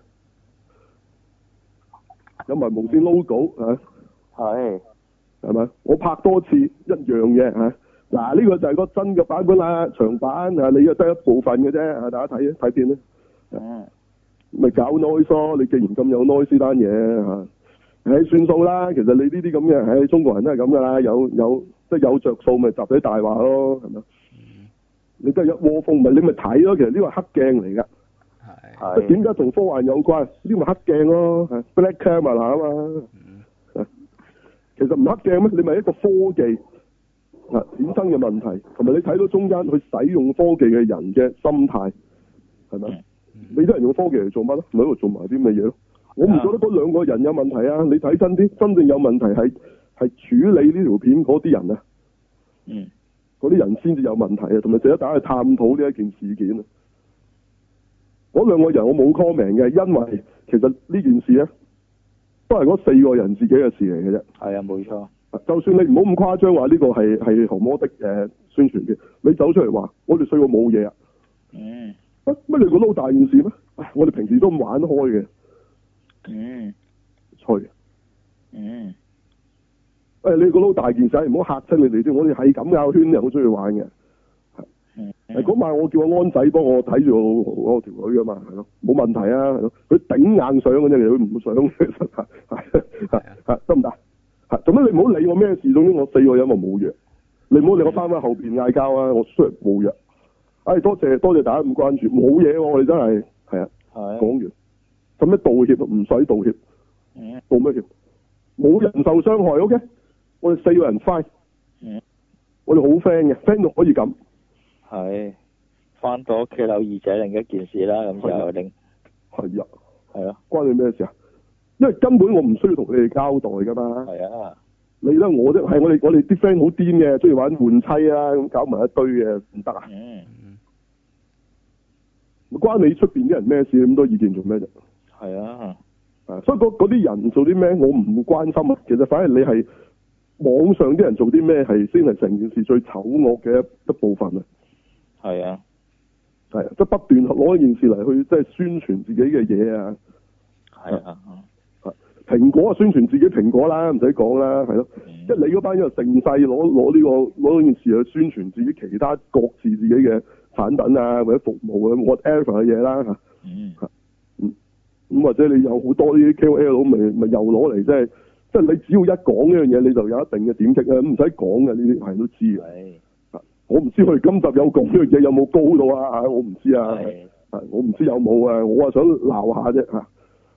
Speaker 2: 有埋無線 logo 啊！
Speaker 1: 係
Speaker 2: 係咪？我拍多次一樣嘅嚇。嗱、呢、個就係個真嘅版本啦，長版啊，你又得一部分嘅啫，啊大家睇啊睇片啦，
Speaker 1: 嗯
Speaker 2: 咪搞 noise 咯。你既然咁有 noise 單嘢嚇，唉、算數啦。其實你呢啲咁嘅，唉、中國人都係咁噶啦，有有即係有着數咪集體大話咯，係咪？
Speaker 3: 嗯
Speaker 2: 你都係一窩蜂，咪你咪睇咯。其實呢個係黑鏡嚟㗎，
Speaker 3: 係
Speaker 2: 即係
Speaker 1: 係
Speaker 2: 點解同科幻有關？呢個咪黑鏡咯嚇，black camera 啊嘛。
Speaker 3: 嗯
Speaker 2: 其實唔黑鏡咩？你咪一個科技啊衍生嘅問題，同埋你睇到中間去使用科技嘅人嘅心態，係咪？你
Speaker 3: 嗯
Speaker 2: 啲人用科技嚟做乜咯？咪喺度做埋啲乜嘢咯？我唔
Speaker 1: 啊
Speaker 2: 覺得嗰兩個人有問題啊！你睇真啲，真正有問題係係處理呢條片嗰啲人啊，
Speaker 1: 嗯
Speaker 2: 嗰啲人先至有問題啊，同埋值得大家去探討呢一件事件啊。嗰兩個人我冇 comment 嘅，因為其實呢件事咧都係嗰四個人自己嘅事嚟嘅啫。
Speaker 1: 係啊冇錯
Speaker 2: 就算你唔好咁誇張話呢個係係何魔的誒、呃宣傳嘅，你走出嚟話我哋衰過冇嘢啊？
Speaker 1: 嗯
Speaker 2: 乜乜你覺得好大件事咩？唉我哋平時都咁玩開嘅，
Speaker 1: 嗯
Speaker 2: 吹
Speaker 1: 嗯，
Speaker 2: 誒你個撈大件使，唔好嚇親你哋先。我哋係咁嘅，個圈人好中意玩嘅。
Speaker 1: 嗯
Speaker 2: 誒嗰晚我叫阿安仔幫我睇住我我條女噶嘛，係咯，冇問題啊，係咯，佢頂硬上嘅啫，佢唔上 其實係係係得唔得？係做咩你唔好理我咩事，總之我四個人我冇約，你唔好理我翻返後邊嗌交啊，我雖然冇約。唉、多謝多謝大家咁關注，冇嘢喎，我哋真係係啊，講
Speaker 1: 係，
Speaker 2: 完，使咩道歉？唔使道歉，
Speaker 1: 嗯
Speaker 2: 道咩歉？冇人受傷害，OK，我哋四個人 fine，
Speaker 1: 嗯
Speaker 2: 我哋好 friend 嘅，friend 到可以咁。
Speaker 1: 係，翻到屋企扭耳仔另一件事啦，咁
Speaker 2: 係啊
Speaker 1: 就另
Speaker 2: 係啊，
Speaker 1: 係咯，
Speaker 2: 關你咩事啊？因為根本我唔需要同你哋交代噶嘛。
Speaker 1: 係啊，
Speaker 2: 你咧我啫，係我哋我哋啲 friend 好癲嘅，中意玩換妻啊，咁搞埋一堆嘅，唔得啊！
Speaker 1: 嗯，
Speaker 3: 嗯，
Speaker 2: 關你出邊啲人咩事？咁多意見做咩啫？
Speaker 1: 係啊，
Speaker 2: 啊，所以嗰嗰啲人做啲咩，我唔關心啊。其實反而你係網上啲人做啲咩，係先係成件事最醜惡嘅一一部分啊。
Speaker 1: 係啊，
Speaker 2: 係啊即係不斷攞一件事嚟去即係宣傳自己嘅嘢啊。
Speaker 1: 係啊，
Speaker 2: 蘋果啊，宣傳自己蘋果啦，唔使講啦，係咯。
Speaker 1: 嗯
Speaker 2: 即係你嗰班人成世攞攞呢個攞呢件事去宣傳自己其他各自自己嘅產品啊，或者服務啊，whatever 嘅嘢啦嚇。
Speaker 1: 嗯，
Speaker 2: 咁或者你有好多呢啲 KOL 咪咪又攞嚟即係即係你只要一講呢樣嘢，你就有一定嘅點擊啊，咁唔使講嘅呢啲係人都知嘅。
Speaker 1: 係，
Speaker 2: 我唔知佢今集有講呢樣嘢有冇高到啊，我唔知啊，
Speaker 1: 係，
Speaker 2: 啊我唔知有冇啊，我啊想鬧下啫嚇，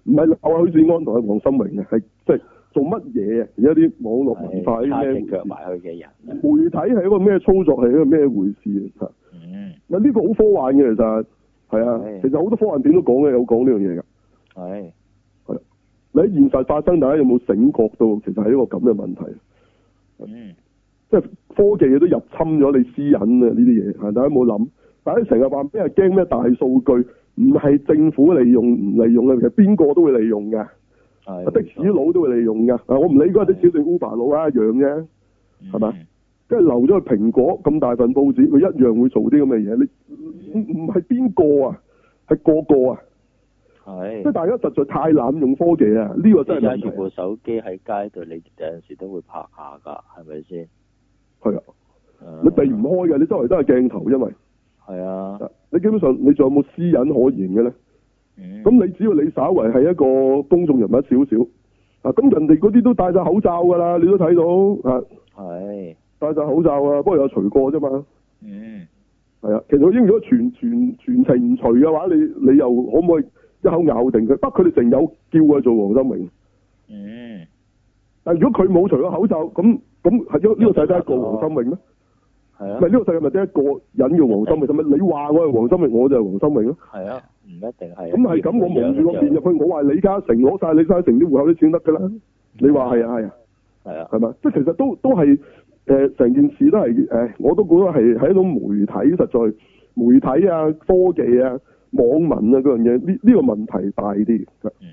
Speaker 2: 唔係鬧下許志安同阿黃心穎嘅，係即係做乜嘢啊？而家啲網絡文化
Speaker 1: 係，
Speaker 2: 啲
Speaker 1: 叉
Speaker 2: 咩
Speaker 1: 只腳埋去嘅人，
Speaker 2: 媒體係一個咩操作，係一個咩回事啊？
Speaker 1: 嗯，
Speaker 2: 嗱，呢個好科幻嘅其實係啊
Speaker 1: 係，
Speaker 2: 其實好多科幻片都講嘅，有講呢樣嘢㗎。
Speaker 1: 係，
Speaker 2: 你喺現實發生，大家有冇醒覺到其實係一個咁嘅問題？
Speaker 1: 嗯，
Speaker 2: 即係科技都入侵咗你私隱啊！呢啲嘢嚇，大家有冇諗？大家成日話咩驚咩大數據，唔係政府利用唔利用嘅，其實邊個都會利用㗎，
Speaker 1: 係，
Speaker 2: 的士佬都會利用㗎。啊，我唔理嗰個的士定 Uber 佬啊，一樣啫。係咪
Speaker 1: 嗯？
Speaker 2: 跟住留咗去蘋果咁大份報紙，佢一樣會做啲咁嘅嘢。你唔唔係邊個啊？係個個啊！
Speaker 1: 係
Speaker 2: 即係。大家實在太濫用科技啊！嗯呢、個真
Speaker 1: 揸
Speaker 2: 係問
Speaker 1: 住
Speaker 2: 題
Speaker 1: 部手機喺街度，你有陣時都會拍下㗎，係咪先？
Speaker 2: 係啊！
Speaker 1: 誒
Speaker 2: 你避唔開嘅，你周圍都係鏡頭，因為
Speaker 1: 係啊，
Speaker 2: 你基本上你仲有冇私隱可言嘅咧？
Speaker 1: 嗯
Speaker 2: 咁你只要你稍為係一個公眾人物少少啊，咁人哋嗰啲都戴晒口罩㗎啦，你都睇到啊，
Speaker 1: 係，
Speaker 2: 戴晒口罩啊，不過有除過啫嘛。
Speaker 1: 嗯
Speaker 2: 係啊，其實應該如果全全全程唔除嘅話，你你又可唔可以一口咬定佢？不過佢哋淨有叫佢做黃心穎，
Speaker 1: 嗯，
Speaker 2: 但係如果佢冇除咗口罩，咁咁係呢呢個世界得一
Speaker 1: 啊
Speaker 2: 個黃心穎咩？
Speaker 1: 係
Speaker 2: 唔
Speaker 1: 啊
Speaker 2: 係，呢個世界咪得一個人叫黃心穎，咁咪你話我係黃心穎，我就係黃心穎咯。
Speaker 1: 係啊，唔一定係。
Speaker 2: 咁係咁，我蒙住個面入
Speaker 1: 入。
Speaker 2: 去，我話李嘉誠攞晒李嘉誠啲户口啲錢得㗎啦。你話係啊係啊
Speaker 1: 係啊，
Speaker 2: 係咪？即係其實都都係誒成件事都係誒、我都估到係係一種媒體，實在媒體啊、科技啊、網民啊嗰樣嘢，呢呢、個問題大啲。
Speaker 1: 嗯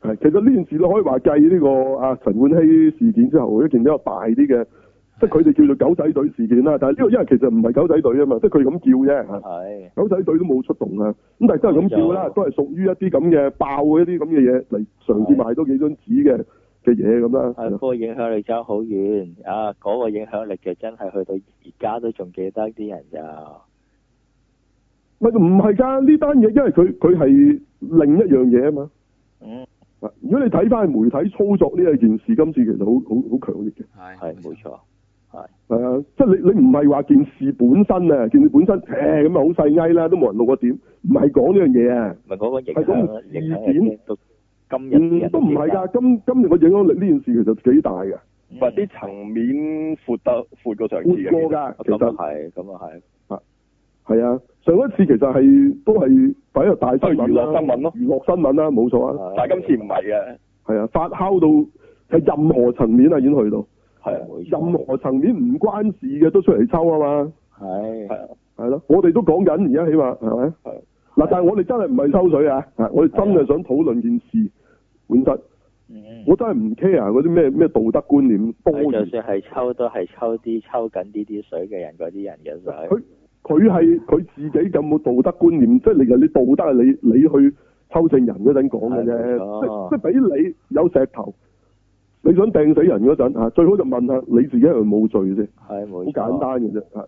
Speaker 2: 係其實呢件事你可以話繼呢個啊陳冠希事件之後，一件比較大啲嘅，即係佢哋叫做狗仔隊事件啦。但係呢個因為其實唔係狗仔隊啊嘛，即係佢咁叫
Speaker 1: 嗯
Speaker 2: 啫嚇。
Speaker 1: 係
Speaker 2: 狗仔隊都冇出動啊，咁但係都係咁叫啦，
Speaker 1: 就
Speaker 2: 都係屬於一啲咁嘅爆一啲咁嘅嘢嚟嘗試賣多幾張紙嘅嘅嘢咁啦。係
Speaker 1: 係嗰
Speaker 2: 咯
Speaker 1: 個影響力爭好遠啊！嗰個影響力就真係去到而家都仲記得啲人就
Speaker 2: 唔係唔係㗎，呢單嘢因為佢佢係另一樣嘢啊嘛。
Speaker 1: 嗯
Speaker 2: 啊如果你睇翻媒體操作呢一件事，今次其實好好好強烈嘅，
Speaker 3: 係
Speaker 1: 係冇。錯，
Speaker 2: 係啊，即係你你唔係話件事本身啊，件事本身，誒咁啊好細埃啦，都冇人露個點，唔係講呢樣嘢啊，
Speaker 1: 咪嗰個影
Speaker 2: 係咁
Speaker 1: 響
Speaker 2: 事件
Speaker 1: 影響力到今日啲
Speaker 2: 嗯
Speaker 1: 人
Speaker 2: 都唔係
Speaker 1: 記得，
Speaker 2: 㗎，今今日個影響力呢件事其實幾大嘅，
Speaker 1: 嗯
Speaker 4: 唔係啲層面闊得闊過上次嘅。
Speaker 2: 活過㗎，其
Speaker 1: 咁
Speaker 2: 實
Speaker 1: 啊。係，咁啊係，
Speaker 2: 係啊，上一次其實係都係擺喺度大新聞啦，
Speaker 4: 都係娛樂
Speaker 2: 娛
Speaker 4: 新聞咯
Speaker 2: 樂新聞啦，冇錯啊，
Speaker 1: 係
Speaker 4: 但係今次唔係嘅，
Speaker 2: 係啊，發酵到係任何層面啊，已經去到
Speaker 4: 係啊
Speaker 1: 冇錯
Speaker 2: 任何層面唔關事嘅都出嚟抽啊嘛，
Speaker 1: 係
Speaker 4: 係啊，
Speaker 2: 係咯，我哋都講緊而家起碼係咪？
Speaker 4: 係啊
Speaker 2: 嗱，但係我哋真係唔係抽水啊，啊我哋真係想討論件事本身，
Speaker 1: 嗯
Speaker 2: 我真係唔 care 嗰啲咩咩道德觀念多
Speaker 1: 佢就
Speaker 2: 餘，
Speaker 1: 算係抽都係抽啲抽緊呢啲水嘅人嗰啲人嘅水
Speaker 2: 佢，佢係佢自己有冇道德觀念？即係你你道德係你你去抽正人嗰陣講嘅啫，
Speaker 1: 係冇錯
Speaker 2: 即即係俾你有石頭，你想掟死人嗰陣嚇，最好就問下你自己係咪冇罪先，
Speaker 1: 係
Speaker 2: 好
Speaker 1: 冇錯。
Speaker 2: 簡單嘅啫嚇。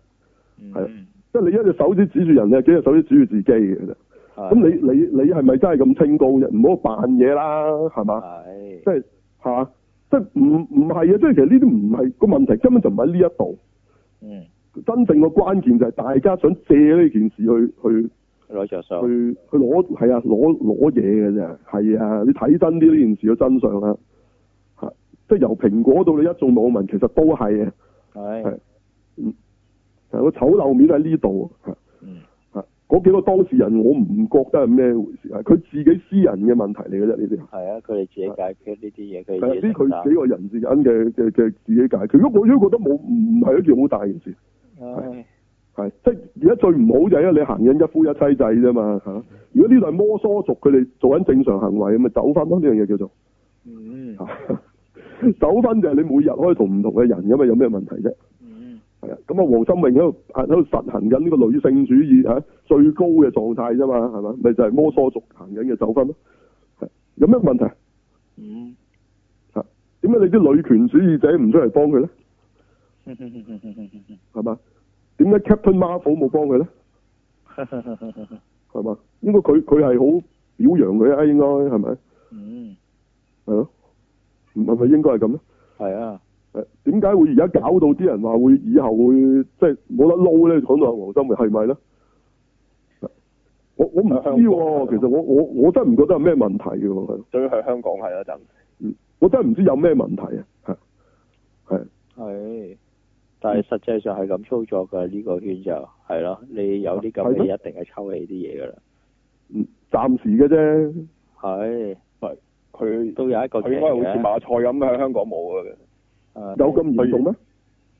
Speaker 2: 係
Speaker 5: 嗯，
Speaker 2: 即係你一隻手指指住人，你有幾隻手指指住自己嘅啫。
Speaker 1: 係。
Speaker 2: 咁你你你係咪真係咁清高啫？唔好扮嘢啦，係嘛？
Speaker 1: 係。
Speaker 2: 即係嚇，即係唔唔係啊！即係其實呢啲唔係個問題，根本就唔喺呢一度。
Speaker 1: 嗯，
Speaker 2: 真正個關鍵就係大家想借呢件事去去
Speaker 1: 攞着數。
Speaker 2: 去去攞係啊攞攞嘢嘅啫，係啊你睇真啲呢件事嘅真相啦，嚇、即係由蘋果到你一眾網民其實都係嘅，
Speaker 1: 係
Speaker 2: 係。係個醜陋面喺呢度啊嚇
Speaker 1: 嗯。
Speaker 2: 嚇嗰幾個當事人我唔覺得係咩回事，啊係佢自己私人嘅問題嚟嘅啫呢啲。
Speaker 1: 係啊，佢哋自己解決呢啲嘢，佢
Speaker 2: 係
Speaker 1: 哋
Speaker 2: 啊
Speaker 1: 自己承
Speaker 2: 呢佢幾
Speaker 1: 擔。
Speaker 2: 個人之間嘅嘅嘅自己解決，如果我都覺得冇唔係一件好大件事，
Speaker 1: 唉
Speaker 2: 係即係而家最唔好就係因為你行緊一夫一妻制啫嘛嚇。如果呢度係摩梭族，佢哋做緊正常行為，咪走婚咯呢樣嘢叫做。
Speaker 1: 嗯
Speaker 2: Ờ. 走婚就係你每日可以同唔同嘅人咁啊，有咩問題啫？
Speaker 1: 嗯
Speaker 2: 係啊，咁啊，黃心穎喺度喺度實行緊呢個女性主義嚇、最高嘅狀態啫嘛，係嘛？咪就係、摩梭族行緊嘅走婚咯。係有咩問題？
Speaker 1: 嗯。
Speaker 2: 點解你啲女權主義者唔出嚟幫佢咧？
Speaker 1: 嗯
Speaker 2: 係嘛？點解 Captain Marvel 冇幫佢咧？係嘛？應該佢佢係好表揚佢啊，應該係咪？
Speaker 1: 嗯，
Speaker 2: 係咯，唔係咪應該係咁咧？
Speaker 1: 係啊，
Speaker 2: 誒點解會而家搞到啲人話會以後會即係冇得撈咧？講到阿黃心穎係咪咧？我我唔知喎，其實我我我真係唔覺得有咩問題嘅喎，係
Speaker 4: 最向香港係啦，陣
Speaker 2: 嗯我真係唔知有咩問題啊，係係
Speaker 1: 係。但係實際上係咁操作㗎，呢個圈就係咯，你有啲咁
Speaker 2: 係
Speaker 1: 嘅
Speaker 2: 咯
Speaker 1: 一定係抽起啲嘢㗎啦。
Speaker 2: 嗯暫時嘅啫，
Speaker 1: 係，
Speaker 4: 佢
Speaker 1: 都有一個
Speaker 4: 佢
Speaker 1: 期
Speaker 4: 應該好似
Speaker 1: 嘅。
Speaker 4: 馬賽咁喺香港冇嘅，
Speaker 1: 啊
Speaker 2: 有咁嚴重咩？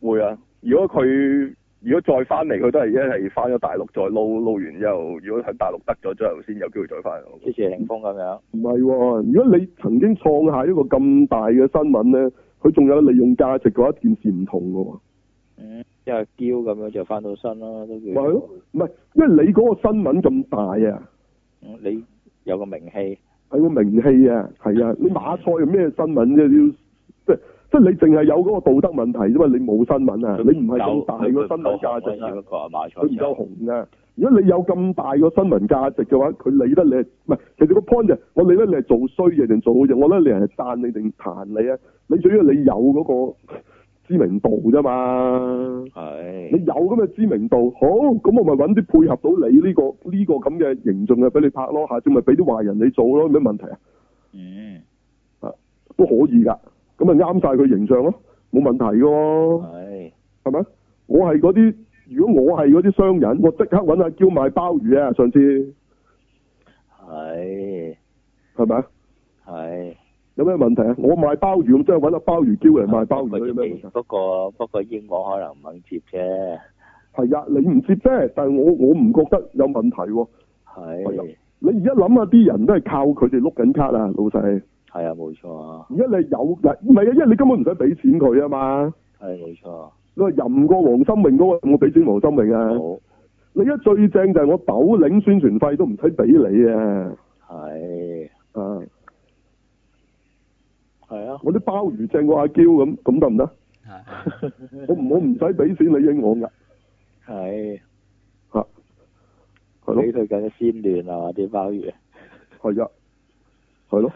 Speaker 4: 會啊！如果佢如果再翻嚟，佢都係一係翻咗大陸再撈撈完之後，如果喺大陸得咗之後，先有機會再翻。
Speaker 1: 之前霆鋒咁樣，
Speaker 2: 唔係喎，如果你曾經創下一個咁大嘅新聞咧，佢仲有利用價值嘅話，件事唔同嘅喎。
Speaker 1: 嗯，因為嬌咁樣就翻到身啦，都叫
Speaker 2: 咪係咯，唔係，因為你嗰個新聞咁大啊，
Speaker 1: 嗯你有個名氣，
Speaker 2: 係個名氣啊，係啊，你馬賽係咩新聞啫？要即即係你淨係有嗰個道德問題啫嘛，你冇新聞啊，你唔係咁大個新聞價值
Speaker 1: 只
Speaker 2: 啊
Speaker 1: 不，過係馬賽
Speaker 2: 佢唔夠紅啊。如果你有咁大個新聞價值嘅話，佢理得你係唔係？其實個 point 就係我理得你係做衰嘢定做好嘢，我覺得你係讚你定彈你啊？你最緊要你有嗰個知名度啫嘛。你
Speaker 1: 係，
Speaker 2: 有咁嘅知名度，好咁我咪揾啲配合到你呢、個呢、個咁嘅形象嘅俾你拍咯，下次咪俾啲壞人你做咯，有咩問題啊？
Speaker 1: 嗯，
Speaker 2: 都可以㗎，咁咪啱晒佢形象咯，冇問題嘅喎，
Speaker 1: 係，
Speaker 2: 係咪？我係嗰啲，如果我係嗰啲商人，我即刻揾阿嬌賣鮑魚啊！上次
Speaker 1: 係，
Speaker 2: 係咪啊？
Speaker 1: 係。
Speaker 2: 有咩問題啊？我賣鮑魚，咁即係揾阿鮑魚嬌嚟賣鮑
Speaker 1: 啊
Speaker 2: 魚，有咩問題？
Speaker 1: 不過不過英皇可能唔肯接啫，
Speaker 2: 係啊，你唔接啫，但係我我唔覺得有問題喎。
Speaker 1: 係
Speaker 2: 你而家諗下啲人都係靠佢哋碌緊卡啊，老細。
Speaker 1: 係啊，冇錯啊，
Speaker 2: 而家你有嗱，唔係啊，因為你根本唔使俾錢佢啊嘛。
Speaker 1: 係冇錯，
Speaker 2: 你話任過黃心穎嗰個，我俾錢黃心穎啊。
Speaker 1: 好
Speaker 2: 你而家最正就係我斗領宣傳費都唔使俾你啊！
Speaker 1: 係
Speaker 2: 啊，
Speaker 1: 係啊，
Speaker 2: 我啲鮑魚正過阿嬌咁，咁得唔得？
Speaker 3: 係
Speaker 2: 我唔我唔使俾錢你應我㗎，
Speaker 1: 係
Speaker 2: 係
Speaker 1: 俾
Speaker 2: 咯，
Speaker 1: 佢更加鮮嫩啊啲鮑魚，
Speaker 2: 係啊，係咯，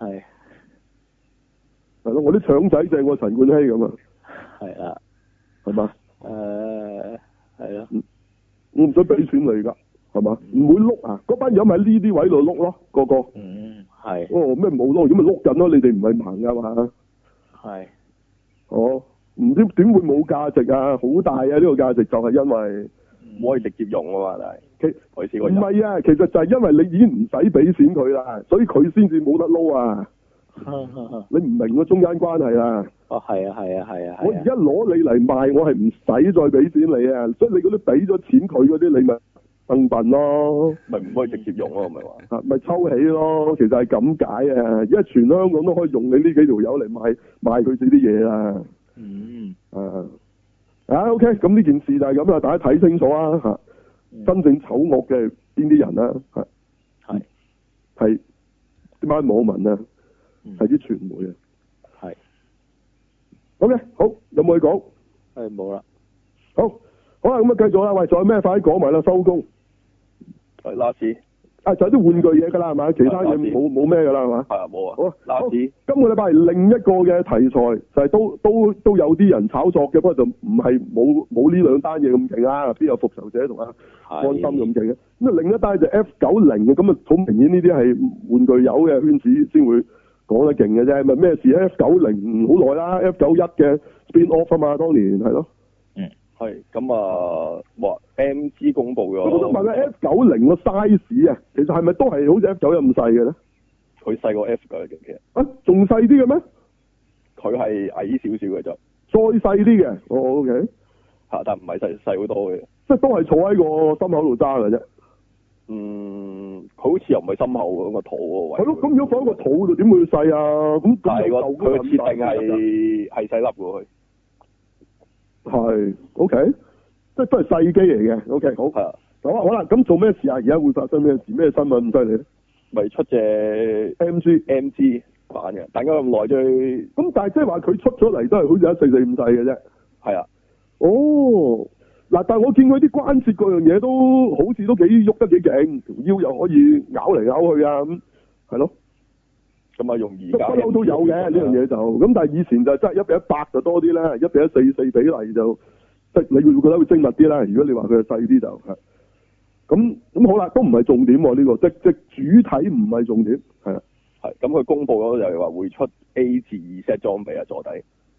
Speaker 1: 係
Speaker 2: 係咯，我啲腸仔正過陳冠希咁啊，
Speaker 1: 係啦，
Speaker 2: 係嘛？
Speaker 1: 誒係 咯，
Speaker 2: 我唔使俾錢你㗎，係嘛？唔會碌啊！嗰班友咪喺呢啲位度碌咯，個個
Speaker 1: 嗯係
Speaker 2: 哦咩冇碌，咁咪碌緊咯。你哋唔係盲㗎嘛？
Speaker 1: 係
Speaker 2: 哦，唔知點會冇價值啊？好大啊！呢、個價值就係因為
Speaker 4: 唔可以直接用啊嘛，但係
Speaker 2: 其
Speaker 4: 我試過
Speaker 2: 嗯唔
Speaker 4: 有
Speaker 2: 係啊，其實就係因為你已經唔使俾錢佢啦，所以佢先至冇得撈啊！
Speaker 1: 哦
Speaker 2: 你唔明個中間關係啦。
Speaker 1: 係啊係啊係啊
Speaker 2: 我
Speaker 1: 係
Speaker 2: 而
Speaker 1: 啊，
Speaker 2: 家攞你嚟賣，我係唔使再俾錢你啊！所以你嗰啲俾咗錢佢嗰啲，你咪笨笨咯，
Speaker 4: 咪唔可以直接用咯，我咪話
Speaker 2: 啊咪抽起咯。其實係咁解啊！而家全香港都可以用你呢幾條友嚟賣賣佢哋啲嘢啦。
Speaker 1: 嗯
Speaker 2: 啊啊 OK，咁呢件事就係咁啦，大家睇清楚啊嚇。真正醜惡嘅係邊啲人啦、啊？
Speaker 1: 係
Speaker 2: 係係啲班網民啊，
Speaker 1: 嗯
Speaker 2: 係啲傳媒啊，嘅，好有冇嘢講？
Speaker 1: 诶冇啦，
Speaker 2: 好，好啦，咁啊繼續啦，喂，仲有咩快啲講埋啦，收工。
Speaker 4: 係拉屎，
Speaker 2: 啊，就係啲玩具嘢㗎啦，係嘛？其他嘢
Speaker 4: 係
Speaker 2: 冇冇咩㗎啦，係嘛？
Speaker 4: 係啊冇
Speaker 2: 好
Speaker 4: 啊
Speaker 2: 啊，
Speaker 4: 拉屎
Speaker 2: 今個禮拜另一個嘅題材就係都都都有啲人炒作嘅，不過就唔係冇冇呢兩單嘢咁勁啦，邊有復仇者同啊安心咁勁嘅？咁啊另一單就 F 九零嘅，咁啊好明顯呢啲係玩具友嘅圈子先會講得勁嘅啫，咪咩事？F 啊九零好耐啦，F 九一嘅 spin off 啊嘛，當年係咯。
Speaker 4: 係咁啊，哇 M G 公佈咗，
Speaker 2: 我覺得問下 F 九零個 size 啊，其實係咪都係好似 F 九咁細嘅咧？
Speaker 4: 佢細過 F 嘅，其實
Speaker 2: 啊，仲細啲嘅咩？
Speaker 4: 佢係矮少少嘅就
Speaker 2: 再細啲嘅，哦，OK，
Speaker 4: 嚇，但唔係細細好多嘅。
Speaker 2: 即係都係坐喺個心口度揸嘅啫。
Speaker 4: 嗯，佢好似又唔係心口喎，個肚嗰個位。
Speaker 2: 係咯，咁如果放喺個肚度點會細啊？咁
Speaker 4: 但
Speaker 2: 咁
Speaker 4: 係
Speaker 2: 又
Speaker 4: 個
Speaker 2: 夠
Speaker 4: 佢嘅設定
Speaker 2: 大㗎
Speaker 4: 係係細粒嘅喎，佢
Speaker 2: 係 OK，即係都係細機嚟嘅。OK，好，
Speaker 4: 係啊，
Speaker 2: 好啊，好啦，咁做咩事啊？而家會發生咩事？咩新聞咁犀利咧
Speaker 4: 咪出隻
Speaker 2: ？MG，
Speaker 4: M G 版嘅，等咗咁耐追，
Speaker 2: 咁但係即係話佢出咗嚟都係好似一四四五細嘅啫。
Speaker 4: 係啊，
Speaker 2: 哦，嗱，但係我見佢啲關節嗰樣嘢都好似都幾喐得幾勁，條腰又可以咬嚟咬去啊咁，係咯，
Speaker 4: 咁啊用而
Speaker 2: 不
Speaker 4: 家
Speaker 2: 嬲都有嘅呢樣
Speaker 4: 嘢。
Speaker 2: 嘢就，咁但係以前就真係一比一百就多啲啦，一比一四四比例就即係你會覺得會精密啲啦。如果你話佢係細啲就係，咁咁好啦，都唔係重點喎呢、個，即即主體唔係重點，係啦。
Speaker 4: 係啊咁，佢公佈咗就係話會出 A 至二 set 裝備啊，坐底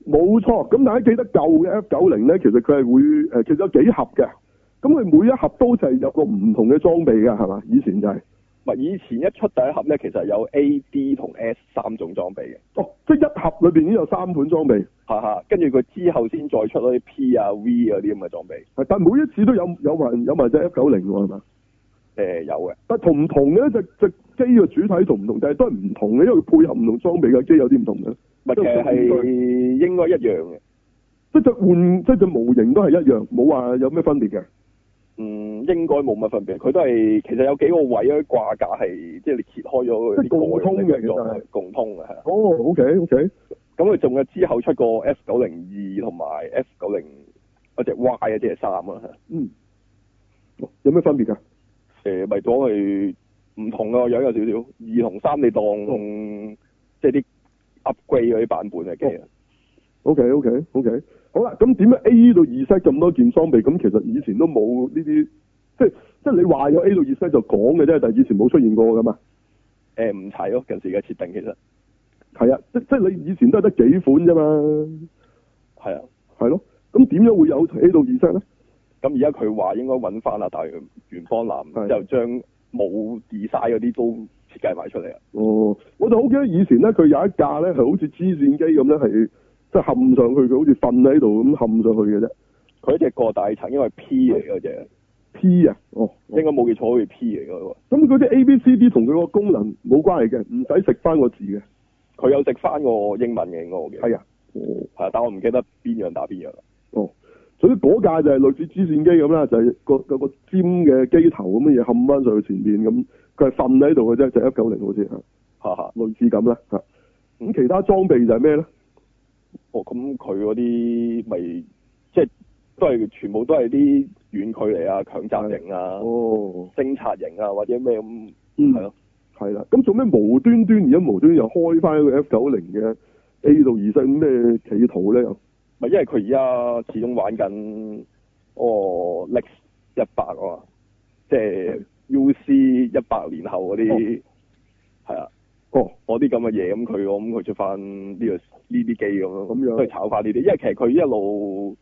Speaker 2: 冇錯，咁大家記得舊嘅 F 九零咧，其實佢係會誒、呃其實有幾盒嘅，咁佢每一盒都就係有個唔同嘅裝備嘅，係嘛？以前就係、
Speaker 4: 唔係以前一出第一盒咧，其實有 A、D 同 S 三種裝備嘅，
Speaker 2: 哦，即係一盒裏邊已經有三款裝備，
Speaker 4: 哈哈。跟住佢之後先再出嗰啲 P 啊、V 嗰啲咁嘅裝備，誒、
Speaker 2: 係但每一次都有有埋有埋隻 F 九零喎，係嘛？
Speaker 4: 有嘅，
Speaker 2: 但同唔同嘅隻隻機嘅主體同唔同，但係都係唔同嘅，因為佢配合唔同裝備嘅機有啲唔同嘅，
Speaker 4: 唔係其實係應該一樣嘅。
Speaker 2: 即係隻換即係隻模型都係一樣，冇話有咩分別嘅。
Speaker 4: 嗯，應該冇乜分別，佢都係其實有幾個位嗰啲掛架係，即係你揭開咗佢
Speaker 2: 即係共通嘅其實係
Speaker 4: 共通嘅係啊。
Speaker 2: 哦，OK OK，
Speaker 4: 咁佢仲有之後出個 F 九零二同埋 F 九零嗰只 Y 啊，即係三啊，
Speaker 2: 嗯，哦有咩分別㗎？
Speaker 4: 誒咪講佢唔同個樣有少少，二同三你當、
Speaker 2: 哦
Speaker 4: 即係啲 upgrade 嗰啲版本嘅機啊，
Speaker 2: O K O K O K，好啦，咁點解 A 到二 set 咁多件裝備？咁其實以前都冇呢啲，即係即係你話有 A 到二 set 就講嘅啫，但係以前冇出現過噶嘛。
Speaker 4: 誒唔齊咯，近時嘅設定其實
Speaker 2: 係啊，即即係你以前都係得幾款啫嘛，
Speaker 4: 係啊。
Speaker 2: 係咯。咁點樣會有 A 到二 set 咧？
Speaker 4: 咁而家佢話應該揾翻啊，大原元方南
Speaker 2: 係
Speaker 4: 就將冇 design 嗰啲都設計埋出嚟啊。
Speaker 2: 哦，我就好記得以前咧，佢有一架咧係好似黐線機咁咧，係即係冚上去，佢好似瞓喺度咁冚上去嘅啫。
Speaker 4: 佢只過大層，因為 P 嚟嗰
Speaker 2: 嗯
Speaker 4: 只，
Speaker 2: P 啊，哦，
Speaker 4: 應該冇記錯，好似 P 嚟嗰
Speaker 2: 咁嗰啲 A B C D 同佢個功能冇關係嘅，唔使食翻個字嘅。
Speaker 4: 個。佢有食翻個英文嘅，應該我記得。
Speaker 2: 係啊，哦。
Speaker 4: 係啊，但我唔記得邊樣打邊樣啦。
Speaker 2: 哦，所以嗰架就係類似支線機咁啦，就係、個個個尖嘅機頭咁嘅嘢冚翻上去前面咁，佢係瞓喺度嘅啫，就 F 九零好似嚇，
Speaker 4: 哈哈。
Speaker 2: 類似咁啦嚇。咁其他裝備就係咩咧？
Speaker 4: 哦，咁佢嗰啲咪即係都係全部都係啲遠距離啊、強襲型啊、
Speaker 2: 哦，
Speaker 4: 偵察型啊，或者咩咁
Speaker 2: 嗯
Speaker 4: 係，咯。
Speaker 2: 係啦。咁做咩無端端而家無端又開翻個 F 九零嘅 A 到二身咩企圖咧？又
Speaker 4: 咪因為佢而家始終玩緊哦 Lex 一百啊嘛，即
Speaker 2: 嗯
Speaker 4: 係 UC 一百年後嗰啲係啊。
Speaker 2: 哦，
Speaker 4: 我啲咁嘅嘢，咁佢我咁佢出翻呢個呢啲機咁樣，
Speaker 2: 咁樣
Speaker 4: 都係炒翻呢啲，因為其實佢一路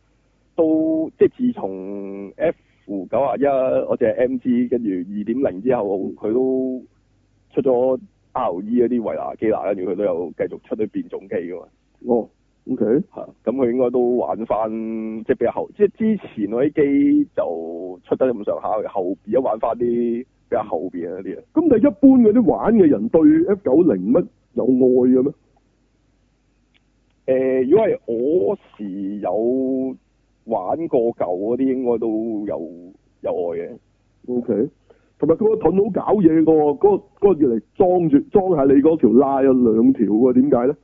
Speaker 4: 都即係自從 F 九啊一我隻 MG 跟住二點零之後，佢都出咗 RE 嗰啲維拿基拿，跟住佢都有繼續出啲變種機噶嘛，
Speaker 2: 哦，OK，
Speaker 4: 嚇咁佢應該都玩翻即係比較後，即係之前嗰啲機就出得咁上下，後而家玩翻啲比較後邊嗰啲啊。
Speaker 2: 咁但係一般嗰啲玩嘅人對 F 九零乜有愛嘅咩？
Speaker 4: 誒、如果係我時有玩過舊嗰啲，應該都有有愛嘅。
Speaker 2: O K，同埋佢個盾好搞啊嘢嘅喎，嗰、個嗰、個要嚟裝住裝下你嗰條拉有兩條喎，點解咧？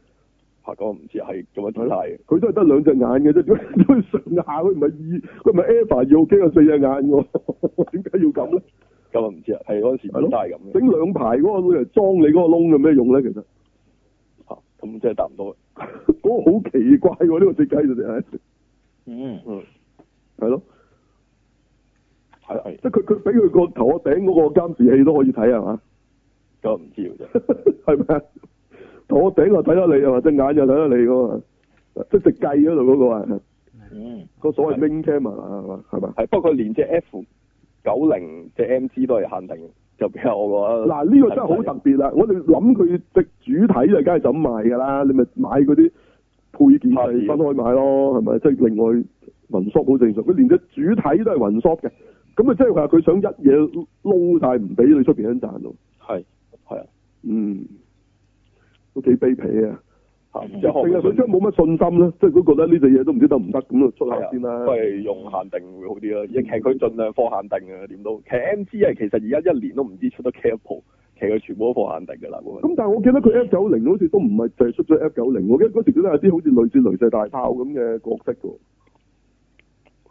Speaker 4: 嚇咁我唔知係咁樣點睇嘅。
Speaker 2: 佢都係得兩隻眼嘅啫， 點解點解上下佢唔係二，佢唔係 Eva 二號機有四隻眼喎？ 點解要咁咧？
Speaker 4: 咁我唔知啊，係嗰陣時
Speaker 2: 係咯
Speaker 4: 本身係咁嘅
Speaker 2: 整兩排嗰個嚟裝你嗰個窿有咩用咧？其實
Speaker 4: 嚇，咁即係答唔到。
Speaker 2: 嗰哦個好奇怪喎，呢個設計就係
Speaker 1: 嗯，
Speaker 4: 嗯，
Speaker 2: 係咯，
Speaker 4: 係係，
Speaker 2: 即係佢佢俾佢個頭殼頂嗰個監視器都可以睇係嘛？
Speaker 4: 咁我唔知嘅啫。
Speaker 2: 係咪啊？頭殼頂又睇得你係嘛？隻眼又睇得你㗎嘛？即係隻計嗰度嗰個啊，
Speaker 1: 嗯，
Speaker 2: 個所謂 main camera 係嘛？係嘛？
Speaker 4: 係不過連隻 F 九零隻 MG 都係限定，就比較我覺得
Speaker 2: 嗱呢個真係好特別啦！我哋諗佢隻主體就梗係就咁賣㗎啦，你咪買嗰啲配件係分開買咯，係咪？即係另外雲縮好正常，佢連隻主體都係雲縮嘅，咁啊即係話佢想一嘢撈晒唔俾你出邊人賺咯，
Speaker 1: 係
Speaker 4: 係啊，
Speaker 2: 嗯，都幾卑鄙啊！
Speaker 4: 嚇
Speaker 1: 嗯
Speaker 4: 即
Speaker 2: 定
Speaker 4: 係
Speaker 2: 係
Speaker 4: 可
Speaker 2: 佢
Speaker 4: 能
Speaker 2: 真係冇乜信心咧，即係佢覺得呢隻嘢都唔知得唔得，咁啊出
Speaker 4: 係啊
Speaker 2: 下先啦
Speaker 4: 都。係用限定會好啲啦。亦其實佢盡量放限定嘅，點都其實 MG 係其實而家一年都唔知出得幾多部，其實佢全部都放限定㗎啦。嗰個
Speaker 2: 咁但係我記得佢 F 九零好似都唔係淨係出咗 F 九零，我記得嗰時都有啲好似類似雷射大炮咁嘅角色㗎喎，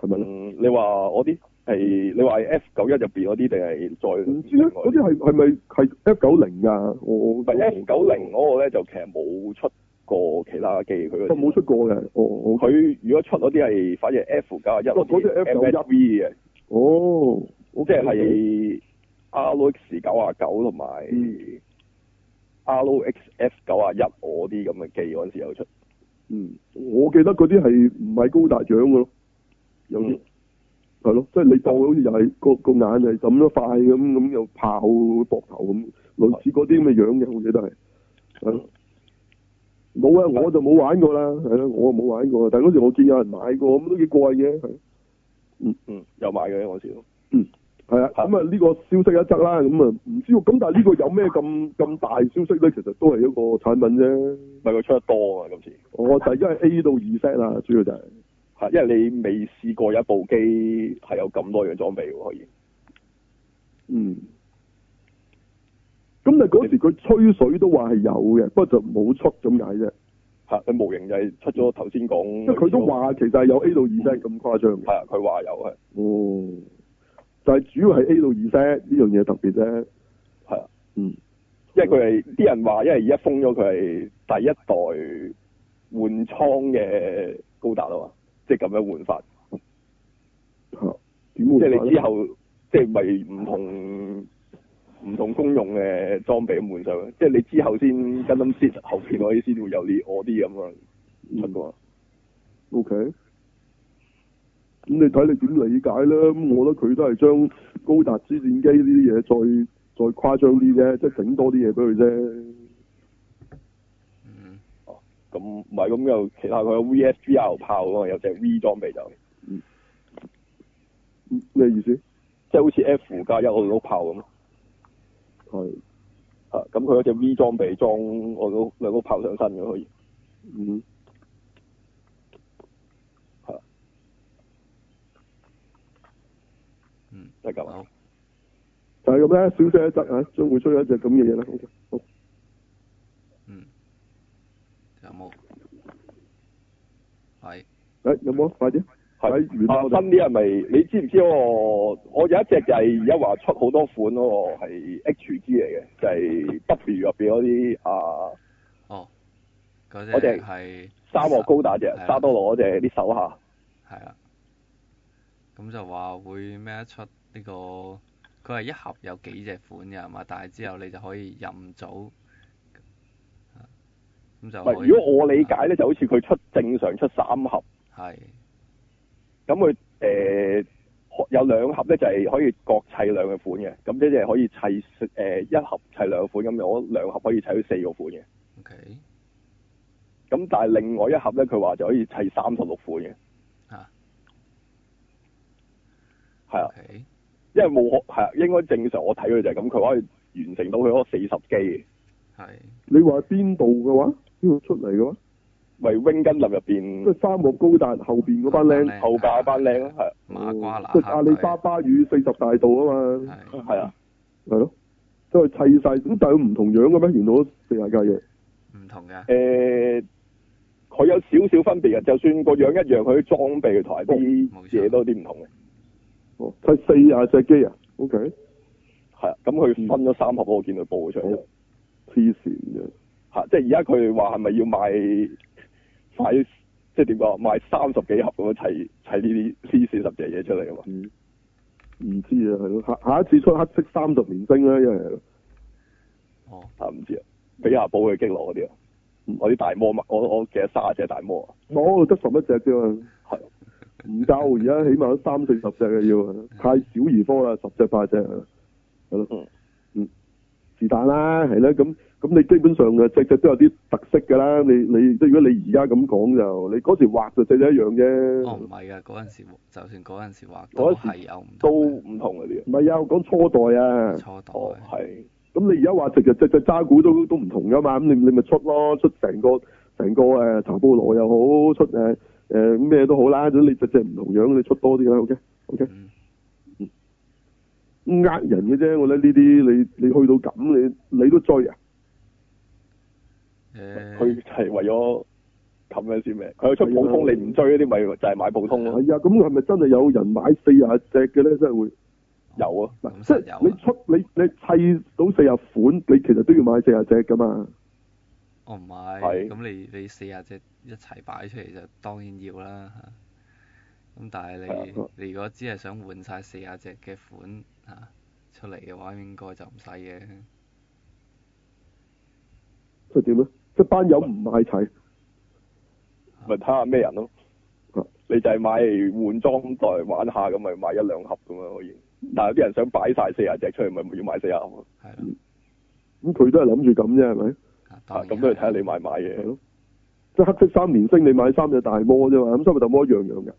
Speaker 2: 係咪咧？
Speaker 4: 嗯，你話我啲係你話係 F 九一入邊嗰啲定係再
Speaker 2: 唔知咧，啊嗰啲係係咪係 F 九零㗎？我我
Speaker 4: 唔係 F 九零嗰個咧，就其實冇出過其他機，佢嗰啲
Speaker 2: 我冇出過嘅。我我
Speaker 4: 佢如果出嗰啲係反而 F 九一
Speaker 2: 哦嗰啲 F91
Speaker 4: V 嘅，
Speaker 2: 哦，我
Speaker 4: 即係 RX 九啊九同埋
Speaker 2: 嗯
Speaker 4: RXF 九啊一嗰啲咁嘅機嗰陣時有出，
Speaker 2: 嗯，我記得嗰啲係唔係高達獎嘅咯，有啲
Speaker 4: 嗯
Speaker 2: 係咯，即係你當佢好似又係個個眼係咁咗快咁咁又炮膊頭咁，類似嗰啲咁嘅樣嘅，我記得係係咯。冇啊！我就冇玩過啦，係咯，我冇玩過，但係嗰時我見有人買過，咁都幾過癮嘅，係
Speaker 4: 嗯，有買嘅嗰陣時都。
Speaker 2: 係啊，咁啊呢個消息一則啦，咁啊唔知喎，咁但係呢個有咩咁咁大消息咧？其實都係一個產品啫。哦
Speaker 4: 咪佢出得多啊！今次
Speaker 2: 我就係因為 A 到二 set 啦，主要就係、
Speaker 4: 係，因為你未試過有一部機係有咁多樣裝備喎，可以
Speaker 2: 嗯。咁但係嗰時佢吹水都話係有嘅，不過就冇出咁解啫。
Speaker 4: 嗯嚇佢模型就係出咗頭先講
Speaker 2: 即嗯係佢都話其實係有 A 到二 set 咁誇張嘅。
Speaker 4: 係啊，佢話有係
Speaker 2: 哦。
Speaker 4: 嗯
Speaker 2: 但係主要係 A 到二 set 呢樣嘢特別啫。
Speaker 4: 係啊，
Speaker 2: 嗯。
Speaker 4: 因為佢係啲人話，因為而家封咗佢係第一代換倉嘅高達啊嘛，即係咁樣換法，
Speaker 2: 嚇點
Speaker 4: 即
Speaker 2: 會
Speaker 4: 係
Speaker 2: 話
Speaker 4: 你
Speaker 2: 咧
Speaker 4: 之後即係咪唔同唔同公用嘅裝備咁換上去，即係你之後先跟咁 s 後邊嗰啲先會有啲我啲咁
Speaker 2: 嗯
Speaker 4: 樣出噶嘛。
Speaker 2: O K，咁你睇你點理解啦。咁我覺得佢都係將高達之戰機呢啲嘢再再誇張啲啫，即係整多啲嘢俾佢啫。
Speaker 3: 嗯，
Speaker 4: 咁唔係咁又其他佢有 VSGR 炮啊嘛，有隻 V 裝備就
Speaker 2: 嗯咩意思？
Speaker 4: 即係好似 F 加一我都炮咁咯
Speaker 2: 係，
Speaker 4: 啊咁佢有隻 V 裝備裝我都兩個炮上身嘅可以。
Speaker 2: 嗯，
Speaker 3: 嗯，
Speaker 4: 就係咁啊
Speaker 3: 好，
Speaker 2: 就係咁咧。小姐一則啊，將會出一隻咁嘅嘢啦。O K，好，
Speaker 3: 嗯，有冇？係，
Speaker 2: 誒有冇啊？快啲，
Speaker 4: 係
Speaker 2: 喺
Speaker 4: 啊，
Speaker 2: 完啦
Speaker 4: 新啲係咪？你知唔知嗰個？我有一隻就係而家話出好多款嗰個係 HG 嚟嘅，就係、W 入邊嗰啲啊
Speaker 3: 哦，嗰
Speaker 4: 我
Speaker 3: 只
Speaker 4: 哋
Speaker 3: 係
Speaker 4: 沙漠高達隻
Speaker 3: 係啊
Speaker 4: 沙多羅嗰隻啲手下，
Speaker 3: 係啦，咁就話會咩一出呢、個，佢係一盒有幾隻款嘅係嘛？但係之後你就可以任組，啊咁就
Speaker 4: 唔
Speaker 3: 可
Speaker 4: 係
Speaker 3: 以
Speaker 4: 如果我理解咧，就好似佢出正常出三盒，
Speaker 3: 係
Speaker 4: 咁佢誒有兩盒咧就係、可以各砌兩個款嘅，咁即係可以砌誒、呃一盒砌兩款，咁我兩盒可以砌到四個款嘅，
Speaker 3: OK
Speaker 4: 咁但係另外一盒咧佢話就可以砌三十六款嘅，
Speaker 3: 啊
Speaker 4: 係啊。
Speaker 3: OK
Speaker 4: 因為冇可係啊應該正常，我睇佢就係咁，佢可以完成到佢嗰四十機，
Speaker 3: 係
Speaker 2: 你話邊度嘅話，邊度出嚟嘅話，
Speaker 4: 咪 Wing g 入入
Speaker 2: 即
Speaker 4: 邊
Speaker 2: 係沙漠高達後邊嗰班靚哦
Speaker 3: 係啊
Speaker 4: 後架嗯班靚咯，係啊
Speaker 3: 馬瓜
Speaker 4: 哦
Speaker 3: 拿
Speaker 2: 即係阿里巴巴與四十大盜啊嘛，
Speaker 3: 係
Speaker 4: 係啊，
Speaker 2: 係咯，即係砌晒咁，但係佢唔同樣嘅咩？原來嗰四廿架嘢。
Speaker 3: 唔同嘅
Speaker 4: 誒佢有少少分別嘅，就算個樣一樣，佢裝備同埋啲
Speaker 3: 冇錯
Speaker 4: 嘢都有啲唔同嘅。
Speaker 2: 哦，係四廿隻機啊，OK，
Speaker 4: 係啊，咁佢分咗三盒，我見佢報咗出嚟
Speaker 2: 好。黐線嘅，
Speaker 4: 嚇！即係而家佢話係咪要賣快？即係點講？賣三十幾盒咁樣砌砌呢啲呢四十隻嘢出嚟啊嘛！
Speaker 2: 嗯，唔知啊，係咯，下下一次出黑色三十年星啦，因為
Speaker 3: 哦，
Speaker 4: 啊唔知啊，比亞寶嘅擊落嗰啲啊
Speaker 2: 嗯，
Speaker 4: 我啲大魔物，我我記得卅隻大魔啊，
Speaker 2: 我哦得十一隻啫嘛，
Speaker 4: 係
Speaker 2: 唔夠，而家起碼都三四十隻嘅要啊，太小兒科啦，十隻八隻啊，係咯
Speaker 4: 嗯，
Speaker 2: 嗯，是但啦，係啦，咁咁你基本上啊，隻隻都有啲特色㗎啦，你你即係如果你而家咁講就，你嗰時畫就隻隻一樣啫。
Speaker 3: 哦唔係㗎，嗰陣時就算嗰陣時畫
Speaker 4: 嗰
Speaker 3: 都
Speaker 4: 陣時
Speaker 3: 係有唔
Speaker 4: 都
Speaker 3: 同
Speaker 4: 唔同嗰啲啊。
Speaker 2: 唔係啊，我講初代啊
Speaker 3: 嘅，初代，
Speaker 4: 哦，係
Speaker 2: 咁你而家話直日隻隻渣古都都唔同噶嘛，咁你你咪出咯，出成個成個誒、呃查布羅又好，出誒誒咩都好啦，總之你隻隻唔同樣，你出多啲啦，OK OK，
Speaker 3: 嗯
Speaker 2: 咁呃人嘅啫，我覺得呢啲你你去到咁，你你都追啊，
Speaker 4: 佢
Speaker 3: 誒
Speaker 2: 嗯
Speaker 4: 就係為咗咁樣先咩？佢有出普通，你唔追嗰啲咪就係買普通
Speaker 2: 啊
Speaker 4: 咯。
Speaker 2: 係啊，咁係咪真係有人買四廿隻嘅咧？真係會
Speaker 4: 有啊，
Speaker 2: 嗱，
Speaker 3: 咁
Speaker 2: 即
Speaker 3: 實
Speaker 2: 係
Speaker 3: 有啊
Speaker 2: 你出你你砌到四廿款，你其實都要買四廿隻噶嘛，
Speaker 3: 我哦唔係，
Speaker 4: 係
Speaker 3: 咁你你四廿隻一齊擺出嚟就當然要啦嚇咁但係
Speaker 2: 係啊
Speaker 3: 你你如果只係想換晒四廿隻嘅款嚇、出嚟嘅話，應該就唔使嘅。
Speaker 2: 即係點咧？即係班友唔買齊，
Speaker 4: 咪睇下咩人咯
Speaker 2: 啊。
Speaker 4: 你就係買嚟換裝袋玩下咁，咪買一兩盒咁樣可以。但係有啲人想擺晒四廿隻出去，咪要買四廿盒咯。
Speaker 3: 係咯，
Speaker 2: 咁佢都係諗住咁啫，係咪？
Speaker 3: 啊當
Speaker 4: 啊
Speaker 3: 然
Speaker 4: 咁都要睇下
Speaker 3: 係
Speaker 4: 你買唔買嘢
Speaker 2: 係。咯，即係黑色三連星，你買三隻大魔啫嘛，咁三隻大魔一樣樣嘅，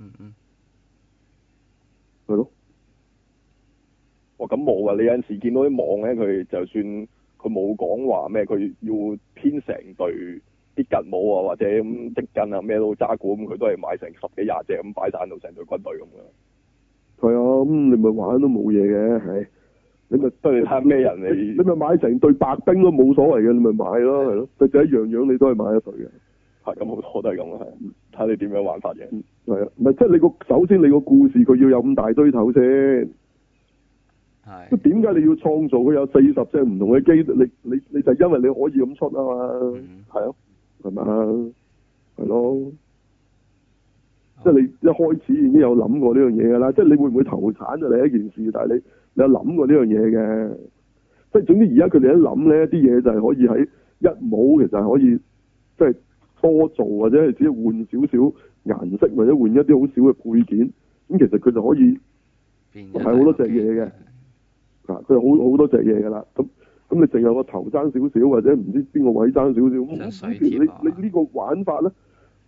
Speaker 3: 嗯嗯，
Speaker 2: 係咯，
Speaker 4: 哇！咁冇啊！你有陣時見到啲網咧，佢就算佢冇講話咩，佢要編成隊啲吉舞啊，或者咁的筋啊咩都揸鼓咁，佢都係買成十幾廿隻咁擺晒喺度，成隊軍隊咁樣。
Speaker 2: 係啊，咁你咪玩都冇嘢嘅，係，你咪
Speaker 4: 所以你睇下咩人
Speaker 2: 你
Speaker 4: 你
Speaker 2: 你咪買成對白冰都冇所謂嘅，你咪買咯，係咯，隻隻一樣樣你都係買一對嘅，
Speaker 4: 係咁好多都係咁啊，係睇你點樣玩法嘅。
Speaker 2: 係啊，唔係即係你個首先你個故事佢要有咁大堆頭先，即係
Speaker 3: 係
Speaker 2: 點解你要創造佢有四十隻唔同嘅機？你你你就係因為你可以咁出啊嘛，
Speaker 3: 嗯
Speaker 4: 係咯，
Speaker 2: 係咪啊？係咯。即
Speaker 3: 好
Speaker 2: 係你一開始已經有諗過呢樣嘢㗎啦，即係你會唔會投產啊？另一件事，但係你你有諗過呢樣嘢嘅，即係總之而家佢哋一諗咧，啲嘢就係可以喺一冇其實係可以即係多做或者係只係換少少顏色或者換一啲好少嘅配件，咁其實佢就可以
Speaker 3: 變
Speaker 2: 係好多隻嘢嘅啊，佢好好多隻嘢㗎啦，咁。咁你淨係個頭爭少少，或者唔知邊個位爭少少，
Speaker 3: 即係
Speaker 2: 咁
Speaker 3: 水
Speaker 2: 你你
Speaker 3: 貼啊
Speaker 2: 你呢個玩法咧，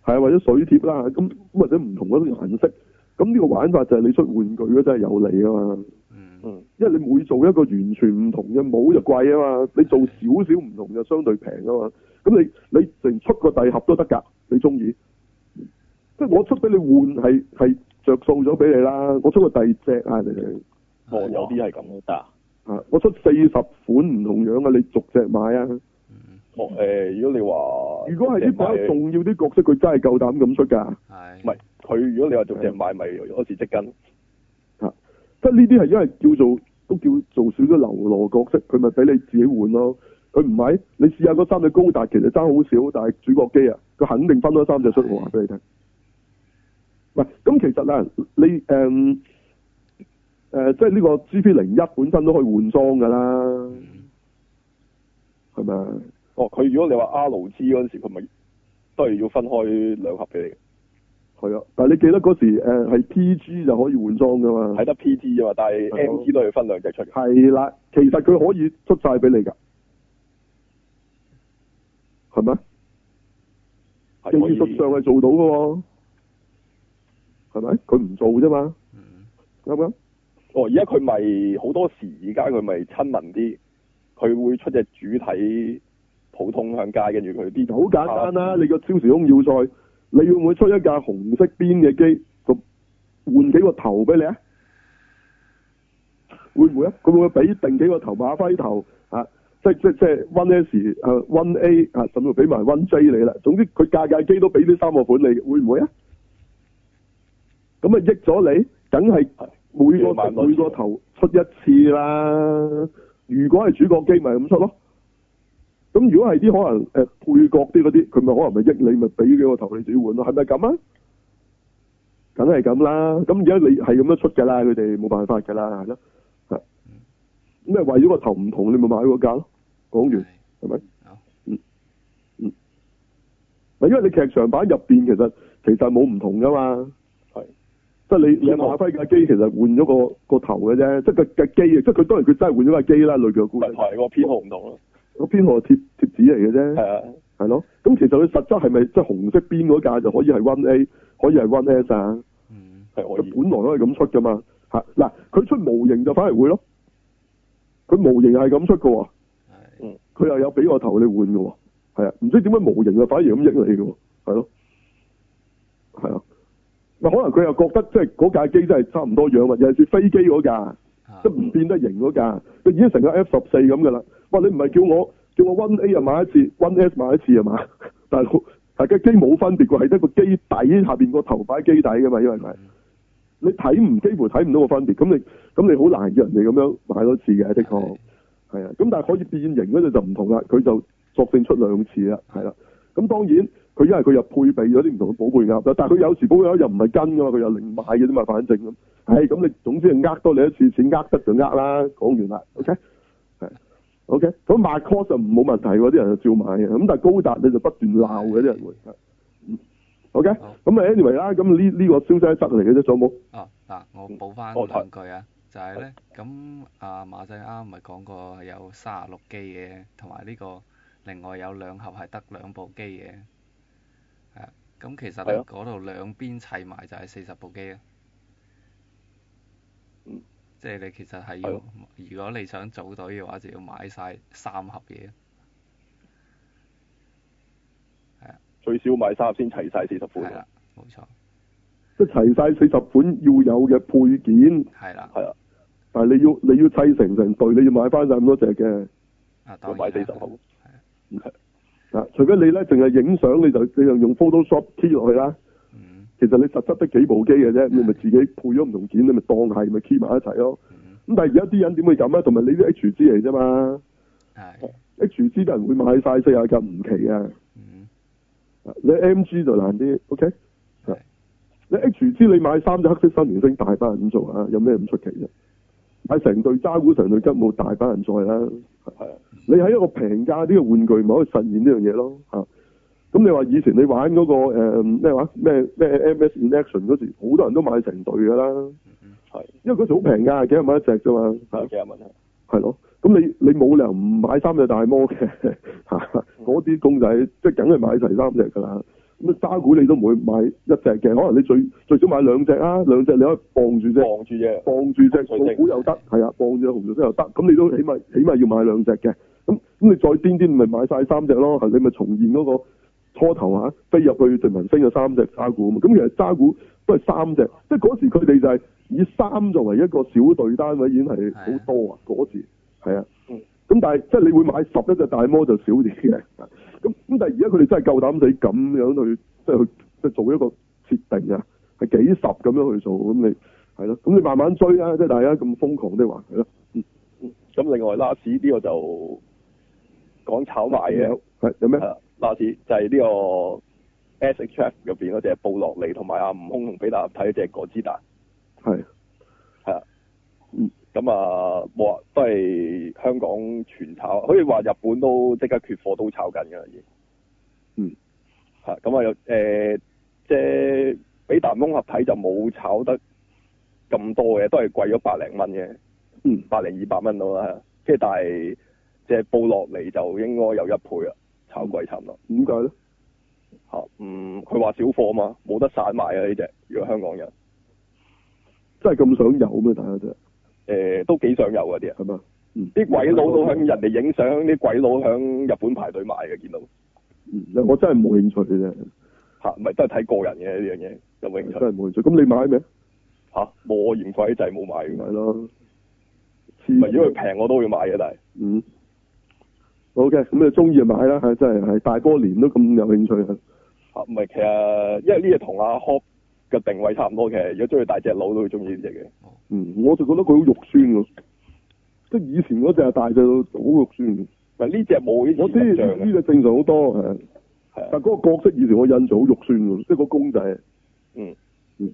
Speaker 2: 係啊，或者水貼啦，咁咁或者唔同嗰啲顏色，咁呢個玩法就係你出玩具嗰真係有利啊嘛，
Speaker 3: 嗯
Speaker 4: 嗯，
Speaker 2: 因為你每做一個完全唔同嘅帽就貴啊嘛，你做少少唔同就相對平啊嘛，咁你你成出個第盒都得㗎，你中意，即係我出俾你換係係着數咗俾你啦，我出個第二隻啊你哋。
Speaker 4: 哦，
Speaker 3: 係
Speaker 4: 有啲係咁咯。
Speaker 1: 得啊，
Speaker 2: 啊！我出四十款唔同樣嘅，你逐隻買啊！
Speaker 3: 嗯
Speaker 4: 哦，誒，如果你話
Speaker 2: 如果係啲比較
Speaker 4: 唔
Speaker 2: 重要啲角色，佢真係夠膽咁出㗎。
Speaker 3: 係
Speaker 4: 係佢，如果你話逐隻買咪嗰時即跟，
Speaker 2: 即係呢啲係因為叫做都叫做少咗流羅角色，佢咪俾你自己換咯。佢唔係，你試下嗰三隻高達其實爭好少，但係主角機啊，佢肯定分咗三隻出，我話俾你聽。喂，咁其實啊，你誒誒、誒即係呢個 G P 零一本身都可以換裝㗎啦，
Speaker 3: 嗯
Speaker 2: 係咪啊？
Speaker 4: 哦，佢如果你話 R G 嗰陣時，佢咪都係要分開兩盒俾你嘅。
Speaker 2: 係啊，但係你記得嗰時誒呃係、P G 就可以換裝㗎嘛？
Speaker 4: 睇得 PG 啫嘛，但係
Speaker 2: 係咯
Speaker 4: MG 都係分兩隻出嘅。
Speaker 2: 係啦，其實佢可以出晒俾你㗎，係咪？
Speaker 4: 係
Speaker 2: 技
Speaker 4: 可以
Speaker 2: 術上係做到嘅喎，係咪？佢唔做啫嘛，
Speaker 3: 嗯
Speaker 2: 啱唔啱？
Speaker 4: 哦，而家佢咪好多時，而家佢咪親民啲，佢會出隻主體普通向街，跟住佢啲
Speaker 2: 好簡單啦、
Speaker 4: 啊
Speaker 2: 你個超時空要塞，你要唔會出一架紅色邊嘅機，就換幾個頭俾你啊？會唔會啊？佢會唔會俾定幾個頭馬輝頭啊？即即即 One S 啊 One A 啊，甚至乎俾埋 One J 你啦。總之佢架架機都俾呢三個款你，會唔會啊？咁啊益咗你，梗係每
Speaker 4: 要買
Speaker 2: 個
Speaker 4: 多
Speaker 2: 每個頭出一次啦。如果係主角機，咪咁出咯。咁如果係啲可能誒、呃配角啲嗰啲，佢咪可能咪益你，咪俾幾個頭你自己換咯，係咪咁啊？梗係咁啦，咁而家你係咁樣出㗎啦，佢哋冇辦法㗎啦，係咯，係。
Speaker 3: 嗯
Speaker 2: 咁咪為咗個頭唔同，你咪買嗰架咯。講完
Speaker 3: 係
Speaker 2: 係咪？
Speaker 3: 好
Speaker 2: 咪因為你劇場版入邊其實其實冇唔同噶嘛，
Speaker 4: 係
Speaker 2: 即係你你馬輝架機其實換咗個個頭嘅啫，即係個架機啊，即係佢當然佢真係換咗架機啦，類嘅故
Speaker 4: 咪
Speaker 2: 事
Speaker 4: 同，埋個編號唔同咯，
Speaker 2: 個編號係貼貼紙嚟嘅
Speaker 4: 係
Speaker 2: 啫，
Speaker 4: 啊，
Speaker 2: 係咯。咁其實佢實質係咪即係紅色邊嗰架就可以係 One A，可以係 One S 啊？
Speaker 3: 嗯
Speaker 4: 係可
Speaker 2: 佢
Speaker 4: 以，
Speaker 2: 本來都係咁出噶嘛，嚇嗱佢出模型就反而會咯，佢模型係咁出嘅喎，
Speaker 3: 係
Speaker 4: 嗯
Speaker 2: 佢又有俾個頭你換嘅喎，係啊，唔知點解模型就反而咁益你嘅喎，係咯，係啊，咪可能佢又覺得即係嗰架機真係差唔多樣啊，尤其是飛機嗰架。
Speaker 3: 啊
Speaker 2: 即係唔變得型嗰架，佢已經成個 F 十四咁噶啦。哇！你唔係叫我叫我 One A 啊買一次，One S 買一次係嘛？ 大佬，大家機冇分別㗎，係得個機底下邊個頭擺機底噶嘛，因為係
Speaker 3: 嗯
Speaker 2: 你睇唔幾乎睇唔到個分別，咁你咁你好難叫人哋咁樣買多次嘅，的確
Speaker 3: 係
Speaker 2: 係啊。咁但係可以變形嗰度就唔同啦，佢就作性出兩次啦，係啦。咁當然佢因為佢又配備咗啲唔同嘅寶貝鴨啦，但係佢有時寶貝鴨又唔係跟噶嘛，佢又另買嘅啫嘛，反正咁。唉，咁你總之係呃多你一次錢，呃得就呃啦。講完啦，OK，係 OK。咁賣 call 就冇問題喎，啲人就照買嘅。咁但係高達你就不斷鬧嘅啲人會。係嗯 OK，
Speaker 3: 好
Speaker 2: 咁啊 anyway 啦，咁呢呢個消息係得嚟嘅啫，仲有冇？
Speaker 3: 哦，嗱，我
Speaker 4: 嗯
Speaker 3: 補翻
Speaker 4: 我睇
Speaker 3: 兩句啊，就係咧，咁阿馬仔啱咪講過有三十六機嘅，同埋呢個另外有兩盒係得兩部機嘅，係啊，咁其實
Speaker 4: 係
Speaker 3: 咧
Speaker 4: 啊
Speaker 3: 嗰度兩邊砌埋就係四十部機啊，
Speaker 4: 嗯
Speaker 3: 即係你其實係
Speaker 4: 係啊
Speaker 3: 要
Speaker 4: 咯，
Speaker 3: 如果你想組隊嘅話，就要買晒三盒嘢，
Speaker 4: 最少買三十先齊晒四十款，
Speaker 3: 啊係啦
Speaker 4: 係，
Speaker 2: 啊
Speaker 3: 冇錯，
Speaker 2: 即係齊晒四十款要有嘅配件，
Speaker 3: 係啦，
Speaker 4: 啊，
Speaker 2: 但係你要你要砌成成隊，你要買翻晒咁多隻嘅。
Speaker 3: 啊當然
Speaker 4: 要買四
Speaker 3: 啦
Speaker 4: 十口，
Speaker 2: 啊，除非你咧淨係影相，你就你就用 Photoshop key 落去啦。
Speaker 3: 嗯
Speaker 2: 其實你實質得幾部機嘅啫，你咪自己配咗唔同件，你咪當係咪 key 埋一齊咯。
Speaker 3: 嗯，
Speaker 2: 咁但係而家啲人點會咁啊？同埋你啲 H G 嚟啫嘛
Speaker 3: 係，
Speaker 2: ，H G 啲人會買晒四廿架唔奇啊。
Speaker 3: 嗯
Speaker 2: 你 M G 就難啲，OK？
Speaker 3: 係
Speaker 2: 你 H G 你買三隻黑色新明星，大把人咁做啊，有咩咁出奇啫？買成對渣古，成對吉姆，大把人在啦。
Speaker 4: 係啊，
Speaker 2: 你喺一個平價啲嘅玩具，咪可以實現呢樣嘢咯嚇。咁你話以前你玩嗰、個誒咩話咩咩 MS Inaction 嗰時，好多人都買成對㗎啦，
Speaker 3: 嗯嗯
Speaker 4: 係
Speaker 2: 因為嗰時好平價，幾十蚊一隻啫嘛，
Speaker 4: 係
Speaker 2: 嚇
Speaker 4: 幾廿蚊啊，
Speaker 2: 係咯。咁你你冇理由唔買三隻大魔嘅 嚇，嗰啲公仔即係梗係買齊三隻㗎啦。咁渣古你都唔會買一隻嘅，可能你最最少買兩隻啊，兩隻你可以傍住隻
Speaker 4: 望住啫，
Speaker 2: 傍住隻老虎又得，係啊，傍住隻紅雀星又得，咁你都起碼起碼要買兩隻嘅。咁咁你再癲啲，咪買晒三隻咯，係你咪重現嗰個初頭嚇飛入去殖民星嘅三隻渣古啊嘛。咁其實渣古都係三隻，即係嗰時佢哋就係以三作為一個小隊單位，已經係好多啊。嗰時係啊，
Speaker 4: 嗯
Speaker 2: 咁但係即係你會買十一隻大魔就少啲嘅。咁咁但係而家佢哋真係夠膽死咁樣去即係去即係做一個設定啊，係幾十咁樣去做咁你。係咯，咁你慢慢追啊啦，即係大家咁瘋狂的話，係咯，
Speaker 4: 咁另外 last 呢個就講炒賣嘅。
Speaker 2: 有係有咩
Speaker 4: 係？啊，那次就係呢個 S.H.F 入邊嗰只布洛尼同埋阿悟空同比達睇嗰只果之達，
Speaker 2: 係
Speaker 4: 係啊，
Speaker 2: 嗯，
Speaker 4: 咁啊冇啊，都係香港全炒，可以話日本都即刻缺貨都炒緊㗎啦，已經
Speaker 2: 嗯，
Speaker 4: 係啊咁啊有誒，即係比達翁合體就冇炒得咁多嘅，都係貴咗百零蚊嘅，
Speaker 2: 嗯
Speaker 4: 百零二百蚊到啦，跟住但係只布洛尼就應該有一倍啦，炒貴差唔多。
Speaker 2: 點解咧？
Speaker 4: 吓，嗯，佢話小貨嘛，冇得散賣啊呢只，如果香港人，
Speaker 2: 真係咁想有咩？大家真係
Speaker 4: 誒、都幾想有嗰啲啊，
Speaker 2: 係嘛？嗯，
Speaker 4: 啲鬼佬都向人哋影相，啲鬼佬向日本排隊買嘅，見到
Speaker 2: 嗯我真係冇興趣嘅啫，
Speaker 4: 吓，唔係都係睇個人嘅呢樣嘢，有冇興
Speaker 2: 真
Speaker 4: 趣
Speaker 2: 係冇興趣。咁你買咩？
Speaker 4: 吓？冇我嫌貴就係冇買嘅，
Speaker 2: 買咯，
Speaker 4: 唔係
Speaker 2: 黐
Speaker 4: 如果佢平我都會買嘅，但係
Speaker 2: 嗯， O K，咁你中意就買啦，係真係係大波年都咁有興趣啊！
Speaker 4: 啊唔係其實因為呢只同阿 Hop 嘅定位差唔多嘅，如果中意大隻佬都會中意呢只嘅。
Speaker 2: 嗯，我就覺得佢好肉酸喎，即係以前嗰只係大隻到好肉酸。
Speaker 4: 唔係呢只冇呢
Speaker 2: 我知
Speaker 4: 啲印象
Speaker 2: 呢
Speaker 4: 嘅，
Speaker 2: 只正常好多，係，
Speaker 4: 係啊
Speaker 2: 但嗰個角色以前我印象好肉酸喎，即係個公仔。
Speaker 4: 嗯
Speaker 2: 嗯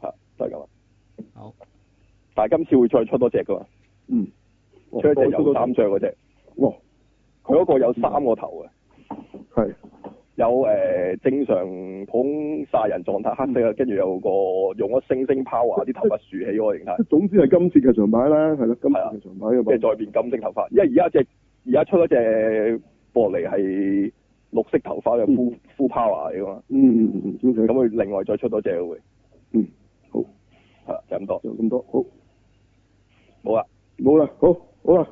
Speaker 4: 嚇就係咁啦。
Speaker 3: 好，
Speaker 4: 但係今次會再出多隻噶嘛，
Speaker 2: 嗯，
Speaker 4: 出
Speaker 2: 哦
Speaker 4: 一隻
Speaker 2: 再出
Speaker 4: 有
Speaker 2: 多
Speaker 4: 三張嗰只，
Speaker 2: 哇，
Speaker 4: 佢嗰個有三個頭嘅，啊
Speaker 2: 係
Speaker 4: 有誒、呃正常普通殺人狀態黑色
Speaker 2: 嗯
Speaker 4: 啊，跟住有個用咗星星 power 啲頭髮豎起嗰個形 態
Speaker 2: 即。係總之係今次劇場版啦，係啦，啊今次劇場版嘅
Speaker 4: 即係
Speaker 2: 版。
Speaker 4: 再變金色頭髮，因為而家只而家出咗隻博尼係綠色頭髮嘅 full full power 嚟噶嘛，
Speaker 2: 嗯嗯嗯嗯，
Speaker 4: 咁
Speaker 2: 咁
Speaker 4: 佢另外再出多隻會
Speaker 2: 嗯好
Speaker 4: 係啦就咁多，啊
Speaker 2: 就咁多，好
Speaker 4: 冇啦，
Speaker 2: 冇啦，好好啦，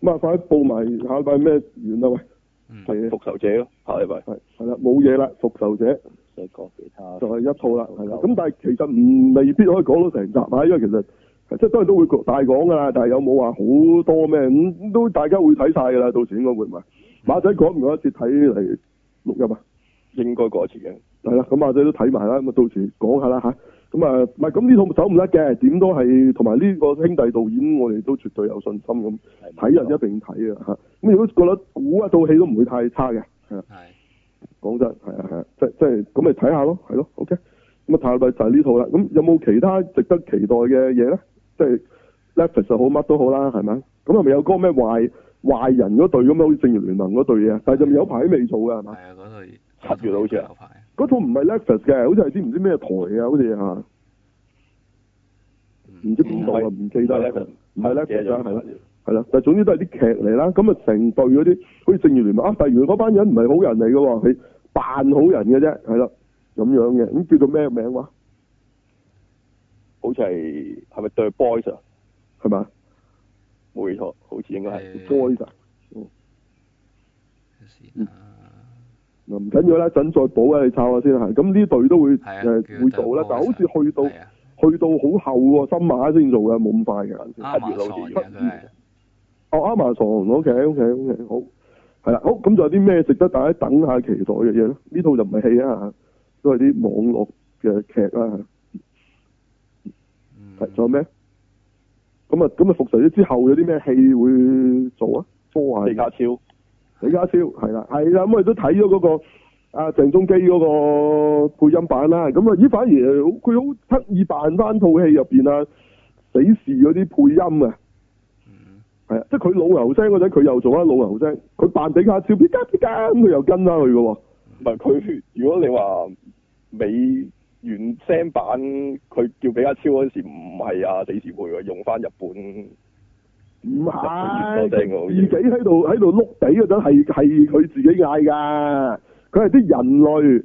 Speaker 2: 咁啊快啲報埋下禮拜咩完啦喂，
Speaker 3: 嗯，
Speaker 2: 係啊
Speaker 4: 復仇者咯，下禮拜
Speaker 2: 係係啦，冇嘢啦，復仇者。
Speaker 1: 再講其他
Speaker 2: 就係一套啦，係啦。咁但係其實唔未必可以講到成集啊，因為其實即係當然都會大講㗎啦，但係有冇話好多咩咁都大家會睇晒㗎啦，到時應該會唔係？馬仔講唔講一次睇嚟錄入啊？
Speaker 4: 應該過一次嘅，
Speaker 2: 係啦，咁馬仔都睇埋啦，咁啊到時講下啦吓，咁啊，唔係咁呢套走唔甩嘅，點都係同埋呢個兄弟導演，我哋都絕對有信心咁睇人一定睇啊吓。咁如果覺得估一套戲都唔會太差嘅，係啊。
Speaker 3: 係，
Speaker 2: 講真，係啊係啊，即即係咁咪睇下咯，係咯，OK。咁啊，下禮拜就係呢套啦。咁有冇其他值得期待嘅嘢咧？即係 Netflix 又好，乜都好啦，係咪？咁係咪有嗰個咩壞壞人嗰隊咁啊樣，好似正義聯盟嗰隊嘢？但係就有排都未做嘅，係
Speaker 3: 係
Speaker 2: 嘛？
Speaker 3: 啊，嗰度
Speaker 4: 七月好似啊
Speaker 3: 有排，
Speaker 2: 嗰套唔係 Netflix 嘅，好似係啲唔知咩台啊，好似係嘛
Speaker 3: 嗯
Speaker 2: 唔知邊度啊，唔記得啦。唔係 Netflix 啊，係啦。係啦，但係總之都係啲劇嚟啦。咁啊，成隊嗰啲好似正義聯盟啊，但係原來嗰班人唔係好人嚟嘅喎，佢扮好人嘅啫，係啦，咁樣嘅。咁叫做咩名話？
Speaker 4: 好似係係咪對 boys 啊？
Speaker 2: 係咪啊
Speaker 4: 冇記錯，好似應該係
Speaker 3: 誒
Speaker 2: ？Joyce 啊嗯
Speaker 3: 先啊，
Speaker 2: 嗱唔緊要啦，陣再補啊，你抄下先嚇。咁呢隊都會
Speaker 3: 係啊，
Speaker 2: 誒會做啦，但係好啊似去到去到好後喎，深馬先做嘅，冇咁快嘅。
Speaker 3: 啱
Speaker 4: 七月好似
Speaker 3: 啊馬
Speaker 2: 哦
Speaker 3: 啊嘅佢係，
Speaker 4: 要
Speaker 2: ，Amazon，OK OK OK，好，係啦，好，咁仲有啲咩值得大家等下期待嘅嘢咧？呢套就唔係戲啊，嚇都係啲網絡嘅劇啦。嚇
Speaker 3: 嗯
Speaker 2: 係仲有咩？咁啊，咁啊，復仇者之後有啲咩戲會做啊？科幻
Speaker 4: 李家超
Speaker 2: 李家超係啦，係啦，咁我哋都睇咗嗰個阿鄭中基嗰個配音版啦。咁啊，咦，反而佢好刻意扮翻套戲入邊啊死侍嗰啲配音啊，
Speaker 3: 嗯
Speaker 2: 係啊，即係佢老牛聲嗰陣，佢又做翻老牛聲，佢扮李家超，必加必加咁，佢又跟翻佢嘅喎。
Speaker 4: 唔係佢， 如果你話美原聲版，佢叫比家超嗰時唔係啊死侍配喎，用翻日本。
Speaker 2: 唔係，
Speaker 4: 多聲喎好
Speaker 2: 自
Speaker 4: 似
Speaker 2: 己喺度喺度碌地嗰陣係係佢自己嗌㗎，佢係啲人類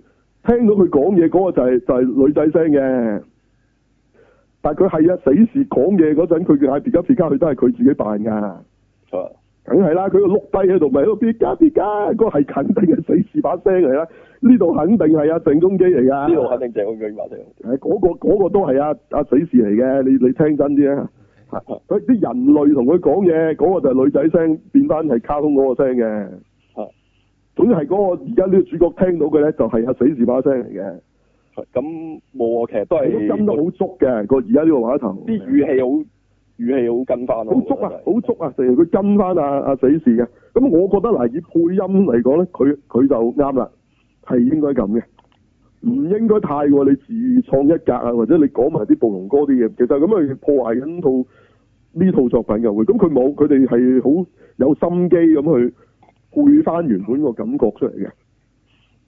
Speaker 2: 聽到佢講嘢嗰個就係、就係、女仔聲嘅，但係佢係啊死時講嘢嗰陣，佢嗌別家別家，佢都係佢自己扮㗎，
Speaker 4: 係嘛
Speaker 2: 梗係啦，佢個碌低喺度咪喺度別家別家，嗰、個係肯定係死時把聲嚟啦，呢度肯定係啊鄭中基嚟㗎，
Speaker 4: 呢度肯定正佢句把聲。
Speaker 2: 係嗰、個嗰、個都係啊阿死時嚟嘅，你你聽真啲啊！
Speaker 3: ，OK，
Speaker 2: 佢啲人類同佢講嘢，嗰、個就係女仔聲變翻係卡通嗰個聲嘅。
Speaker 4: 係
Speaker 2: 總之係嗰、個而家呢個主角聽到嘅咧，就係、阿死侍把聲嚟嘅。
Speaker 4: 咁冇啊，其實都
Speaker 2: 佢都跟得
Speaker 4: 係
Speaker 2: 好足嘅，個而家呢個話頭。
Speaker 4: 啲語氣好語氣好跟翻咯。
Speaker 2: 好足啊，
Speaker 4: 我
Speaker 2: 好足啊，成日佢跟翻阿阿死侍嘅。咁我覺得嗱，以配音嚟講咧，佢佢就啱啦，係應該咁嘅，唔應該太過你自創一格啊，或者你講埋啲暴龍哥啲嘢，其實咁樣破壞緊套呢套作品嘅會。咁佢冇，佢哋係好有心機咁去配翻原本個感覺出嚟嘅。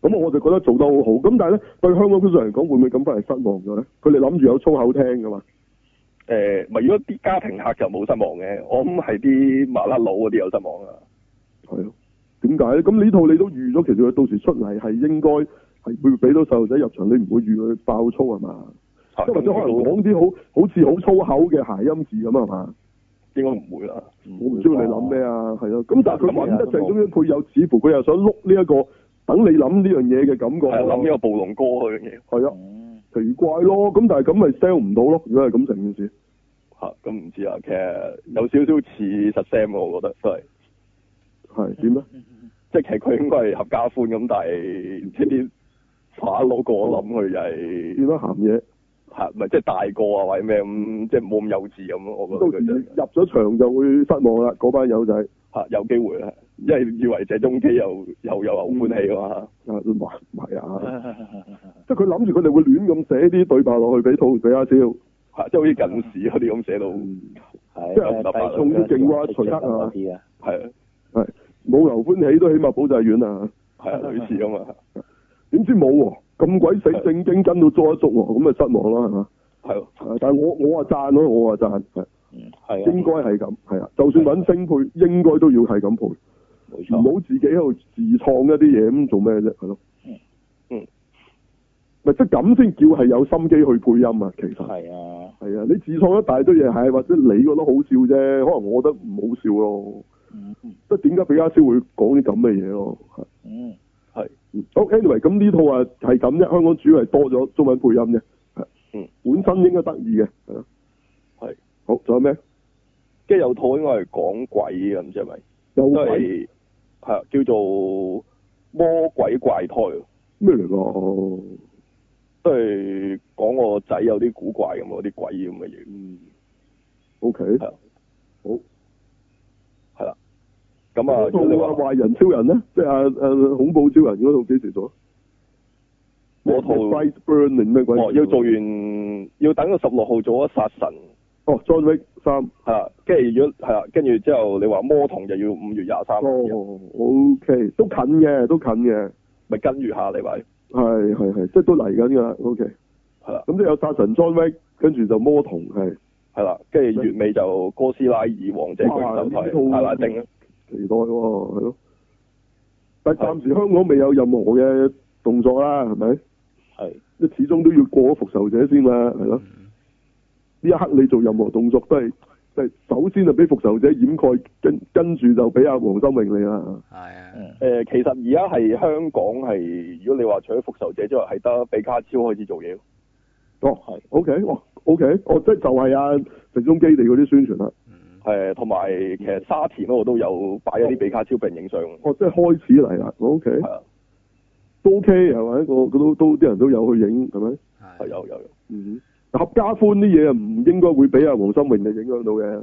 Speaker 2: 咁我就覺得做得好好，咁但係咧對香港觀眾嚟講，會唔會咁反而失望咗咧？佢哋諗住有粗口聽噶嘛？
Speaker 4: 覺得誒，咪如果啲家庭客就冇失望嘅，我諗係啲麻甩佬嗰啲有失望啊。
Speaker 2: 係咯，點解咧？咁呢套你都預咗，其實佢到時出嚟係應該係會俾到細路仔入場，你唔會預佢爆粗係嘛？
Speaker 4: 嚇
Speaker 2: 即係或者可能講啲好好似好粗口嘅諧音字咁係嘛？
Speaker 4: 應該唔會啦。
Speaker 2: 我唔知道你諗咩啊，係咯。咁但係佢揾得鄭中央配有，似乎佢又想碌呢一個等你諗呢樣嘢嘅感覺
Speaker 4: 係啊
Speaker 2: 喎。
Speaker 4: 諗呢個暴龍哥嗰樣嘢
Speaker 2: 係啊，
Speaker 1: 嗯
Speaker 2: 奇怪咯。咁但係咁咪 sell 唔到咯。如果係咁成件事，
Speaker 4: 嚇，咁唔知啊。其實有少少似實 Sam 我覺得都係
Speaker 2: 係點咧？
Speaker 4: 即係其實佢應該係合家歡咁，但係唔知啲法佬個我諗佢就係
Speaker 2: 變咗鹹嘢，
Speaker 4: 嚇，唔係即係大個啊或者咩咁，即係冇咁幼稚咁咯。我覺
Speaker 2: 到
Speaker 4: 得佢
Speaker 2: 時
Speaker 4: 就
Speaker 2: 入咗場就會失望啦。嗰班友仔
Speaker 4: 嚇有機會啦，因為以為謝中基又又又牛歡喜啊嘛。
Speaker 2: 啊，埋埋啊，即係佢諗住佢哋會亂咁寫啲對白落去俾套俾阿蕭。
Speaker 4: 嚇即係好似近視嗰啲咁寫到，
Speaker 2: 即係仲要勁過徐克啊
Speaker 1: 嗰啲啊，
Speaker 4: 係啊
Speaker 2: 冇劉歡喜都起碼保濟院啊！
Speaker 4: 係啊類似咁啊，
Speaker 2: 點知冇喎、咁鬼死正經跟到捉一捉喎，咁咪失望啦，係嘛？
Speaker 4: 係咯
Speaker 2: 啊但係我我話讚咯，我話讚，係
Speaker 1: 嗯，係啊，
Speaker 2: 應該係咁，係啊，就算揾星配，應該都要係咁配，
Speaker 1: 冇錯，
Speaker 2: 唔好自己喺度自創一啲嘢咁做咩啫，係咯
Speaker 1: 嗯。
Speaker 4: 嗯。
Speaker 2: 咪即係咁先叫係有心機去配音啊，其實。
Speaker 1: 係啊，
Speaker 2: 係啊，你自創一大堆嘢，係或者你覺得好笑啫，可能我覺得唔好笑咯。
Speaker 1: 嗯嗯
Speaker 2: 即係點解比家超會講啲咁嘅嘢咯？係
Speaker 1: 嗯，
Speaker 2: 好，anyway，咁呢套啊係咁啫，香港主要係多咗中文配音啫。係
Speaker 4: 嗯，
Speaker 2: 本身應該得意嘅，係咯。
Speaker 4: 係。
Speaker 2: 好，仲有咩？
Speaker 4: 跟住有套應該係講鬼嘅，唔知係咪？
Speaker 2: 有
Speaker 4: 都
Speaker 2: 鬼
Speaker 4: 係係啊叫做魔鬼怪胎，啊
Speaker 2: 咩嚟㗎？
Speaker 4: 都係講個仔有啲古怪咁嗰啲鬼咁嘅嘢。
Speaker 2: 嗯。O K。
Speaker 4: 係啊
Speaker 2: 好。
Speaker 4: 咁啊，
Speaker 2: 嗰
Speaker 4: 如果你
Speaker 2: 套啊
Speaker 4: 話
Speaker 2: 壞人超人咧，即係啊啊恐怖超人嗰套幾時做啊？
Speaker 4: 嗰套
Speaker 2: b r i g h t Burn 定咩鬼？
Speaker 4: 哦要做完，要等到十六號做咗殺神，
Speaker 2: 哦，John Wick 三。
Speaker 4: 係啦，跟住如果係啦，啊跟住之後你話魔童就要五月廿三，
Speaker 2: 哦，O K，都近嘅，都近嘅，
Speaker 4: 咪跟住下禮拜
Speaker 2: 係係係，即係都嚟緊㗎啦。O K，
Speaker 4: 係啦
Speaker 2: 咁即係有殺神 John Wick，跟住就魔童係。
Speaker 4: 係啦，跟住月尾就哥斯拉二王者巨
Speaker 2: 哇
Speaker 4: 手
Speaker 2: 呢
Speaker 4: 台
Speaker 2: 套啊
Speaker 4: 係啦，定啦
Speaker 2: 期待喎、係咯。但係暫時香港未有任何嘅動作啦，係咪？
Speaker 1: 係，
Speaker 2: 即係始終都要過咗復仇者先啦，係咯。
Speaker 3: 嗯
Speaker 2: 呢一刻你做任何動作都係，即係首先就俾復仇者掩蓋，跟跟住就俾阿黃心穎你啦。
Speaker 3: 係啊，
Speaker 1: 嗯
Speaker 4: 誒、其實而家係香港係，如果你話除咗復仇者之外，係得比卡超開始做嘢咯。
Speaker 2: 哦
Speaker 1: 係
Speaker 2: ，OK，哇，OK，哦，即係就係阿肥中基地嗰啲宣傳啦。
Speaker 3: 嗯，
Speaker 4: 誒，呃同埋其實沙田嗰度都有擺一啲比卡超俾人影相。
Speaker 2: 哦，即係開始嚟啦，OK，
Speaker 4: 係啊，
Speaker 2: 都 OK 係咪？個都都啲人都有去影係咪？
Speaker 4: 係
Speaker 3: 係
Speaker 4: 有有有，
Speaker 2: 嗯，合家歡啲嘢唔應該會俾阿黃心穎你影響到嘅。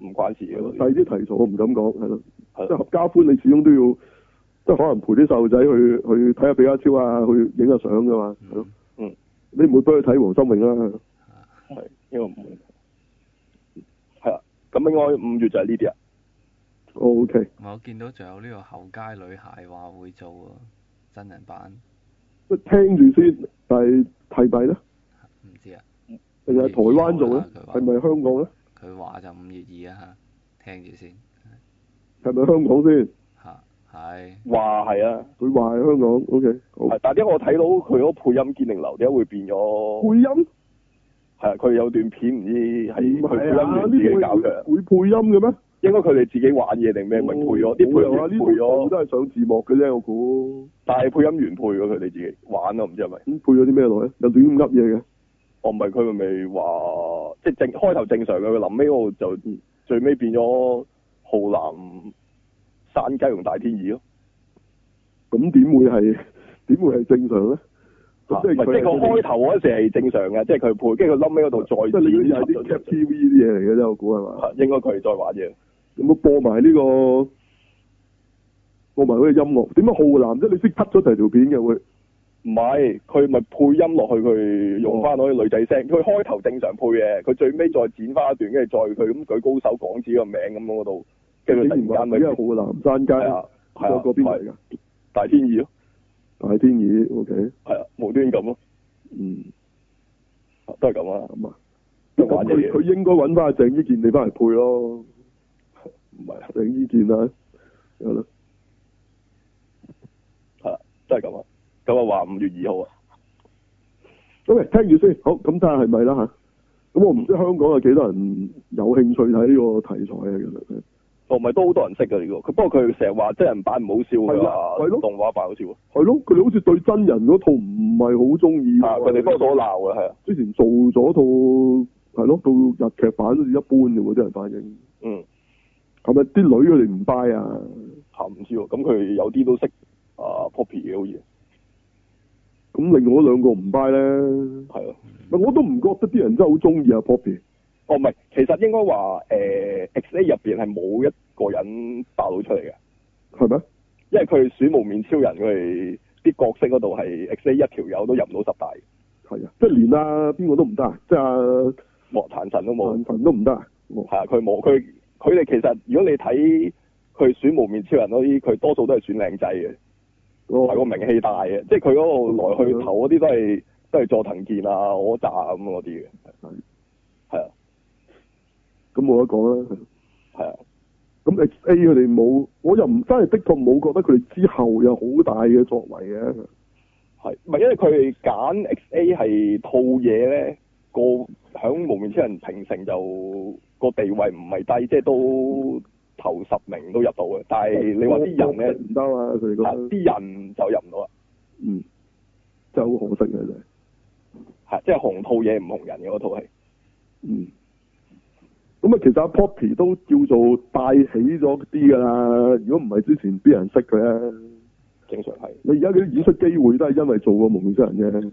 Speaker 4: 唔關事嘅嗰
Speaker 2: 第
Speaker 4: 啲。
Speaker 2: 二啲題材我唔敢講，係咯，即
Speaker 4: 係
Speaker 2: 係合家歡，你始終都要即係可能陪啲細路仔去去睇下比卡超啊，去影下相噶嘛，係咯，
Speaker 3: 嗯
Speaker 2: 你唔會俾佢睇黃心穎啦，
Speaker 4: 係呢個唔會。係啊，咁應該五月就係呢啲啊。
Speaker 2: O K，
Speaker 3: 同埋我見到仲有呢個後街女孩話會做啊真人版，
Speaker 2: 即係聽住先，但係係咪咧？
Speaker 3: 唔知啊，
Speaker 2: 定係台灣做咧？
Speaker 3: 佢話
Speaker 2: 係咪香港咧？
Speaker 3: 佢話就五月二啊嚇，聽住先
Speaker 2: 係咪香港先？
Speaker 3: 嚇，係
Speaker 4: 話係啊，
Speaker 2: 佢話係香港，O K，好
Speaker 4: 係，但係點解我睇到佢嗰配音堅定流點解會變咗？
Speaker 2: 配音
Speaker 4: 係啊，佢有段片唔知係
Speaker 2: 唔
Speaker 4: 佢配
Speaker 2: 係啊？
Speaker 4: 音
Speaker 2: 呢個
Speaker 4: 員自己搞
Speaker 2: 會
Speaker 4: 嘅，
Speaker 2: 會配音嘅咩？
Speaker 4: 應該佢哋自己玩嘢
Speaker 2: 哦啊
Speaker 4: 定咩？咪配咗啲配
Speaker 2: 冇
Speaker 4: 音
Speaker 2: 啊！呢度全
Speaker 4: 員配
Speaker 2: 部
Speaker 4: 咗，
Speaker 2: 都係上字幕嘅啫，我估。
Speaker 4: 但係配音員配咗佢哋自己玩啊咯，唔知係咪？
Speaker 2: 咁配咗啲咩落咧？又亂咁噏嘢嘅。
Speaker 4: 哦，唔係佢咪話，即係正開頭正常嘅，佢臨尾嗰度就最尾變咗浩南山雞同大天二咯。
Speaker 2: 咁點會係點會係正常咧？
Speaker 4: 啊
Speaker 2: 咁即
Speaker 4: 唔係即係
Speaker 2: 係
Speaker 4: 佢開頭嗰時係正常嘅，即係佢配，跟住佢臨尾嗰度
Speaker 2: 即係
Speaker 4: 再
Speaker 2: 你
Speaker 4: 剪
Speaker 2: 嗰啲係
Speaker 4: 輯
Speaker 2: 啲
Speaker 4: 咗
Speaker 2: cap TV 啲嘢嚟嘅啫，我估係嘛？
Speaker 4: 應該佢係再玩嘢。
Speaker 2: 有冇播埋呢、個播埋嗰個音樂？點解浩南啫？你識 cut 咗成條片嘅會？
Speaker 4: 唔係，佢咪配音落去，佢用翻嗰啲女仔聲。佢開頭正常配嘅，佢最尾再剪翻一段，跟住再佢咁舉高手講自己個名咁嗰度，跟住
Speaker 2: 竟
Speaker 4: 突然
Speaker 2: 然話
Speaker 4: 間咪
Speaker 2: 自己係浩南山街，
Speaker 4: 係啊係
Speaker 2: 有
Speaker 4: 啊
Speaker 2: 個邊嚟㗎？
Speaker 4: 大天二咯，
Speaker 2: 大天耳，OK，
Speaker 4: 係啊無端咁咯，
Speaker 2: 嗯，
Speaker 4: 都係咁啊，
Speaker 2: 咁啊，
Speaker 4: 都
Speaker 2: 咁
Speaker 4: 係玩嘢
Speaker 2: 佢佢
Speaker 4: 嘅，
Speaker 2: 應該揾翻阿鄭伊健你翻嚟配咯，
Speaker 4: 唔係啊
Speaker 2: 鄭伊健啊，係咯，
Speaker 4: 係啊都係咁啊。咁啊話五月二號啊。
Speaker 2: 咁嚟聽住先，好，咁睇下係咪啦吓，咁我唔知香港有幾多人有興趣睇呢個題材啊，其實。
Speaker 4: 哦，唔係都好多人識嘅呢個，佢不過佢成日話真人版唔好笑
Speaker 2: 係
Speaker 4: 佢
Speaker 2: 啊係咯
Speaker 4: 話動畫版好笑，
Speaker 2: 係咯，佢哋好似對真人嗰套唔係好中意喎。
Speaker 4: 啊佢哋多數都鬧嘅係啊，
Speaker 2: 之前做咗套係咯，到日劇版好似一般嘅喎，啲人反應。
Speaker 4: 嗯，
Speaker 2: 係咪啲女佢哋唔 buy 啊？
Speaker 4: 嚇唔知喎，咁佢有啲都識啊 Poppy 嘅好似
Speaker 2: 咁另外嗰兩個唔 buy 咧，
Speaker 4: 係咯。
Speaker 2: 咪我都唔覺得啲人真係好中意啊 Poppy。
Speaker 4: 哦，唔係，其實應該話誒 X A 入邊係冇一個人爆到出嚟嘅，
Speaker 2: 係咪？
Speaker 4: 因為佢選無面超人佢哋啲角色嗰度係 X A 一條友都入唔到十大，
Speaker 2: 係啊，即係連啊邊個都唔得啊，即係啊
Speaker 4: 莫彈神都冇。
Speaker 2: 萬神都唔得啊。哦
Speaker 4: 係啊，佢冇佢佢哋其實如果你睇佢選無面超人嗰啲，佢多數都係選靚仔嘅，同埋個
Speaker 2: 哦，
Speaker 4: 名氣大嘅，即係佢嗰個來去頭嗰啲都係都係佐藤健啊、我炸咁嗰啲嘅。係啊，
Speaker 2: 咁冇得講啦。係
Speaker 4: 係啊，
Speaker 2: 咁 X A 佢哋冇，我又唔真係的確冇覺得佢哋之後有好大嘅作為嘅。
Speaker 4: 係，唔係因為佢哋揀 X A 係套嘢咧，個響無面超人平成就個地位唔係低，即係都頭十名都入到嘅。但
Speaker 2: 哦
Speaker 4: 係你話啲人咧，
Speaker 2: 唔得啊，佢哋
Speaker 4: 啊
Speaker 2: 覺得，
Speaker 4: 啲人就入唔到啦，
Speaker 2: 嗯，真係好可惜嘅啫。
Speaker 4: 係即係紅套嘢唔紅人嘅嗰套係。
Speaker 2: 嗯，咁啊，其實阿 Poppy 都叫做帶起咗啲噶啦。如果唔係之前邊有人識佢啊？
Speaker 4: 正常係，
Speaker 2: 你而家佢啲演出機會都係因為做過蒙面超人啫。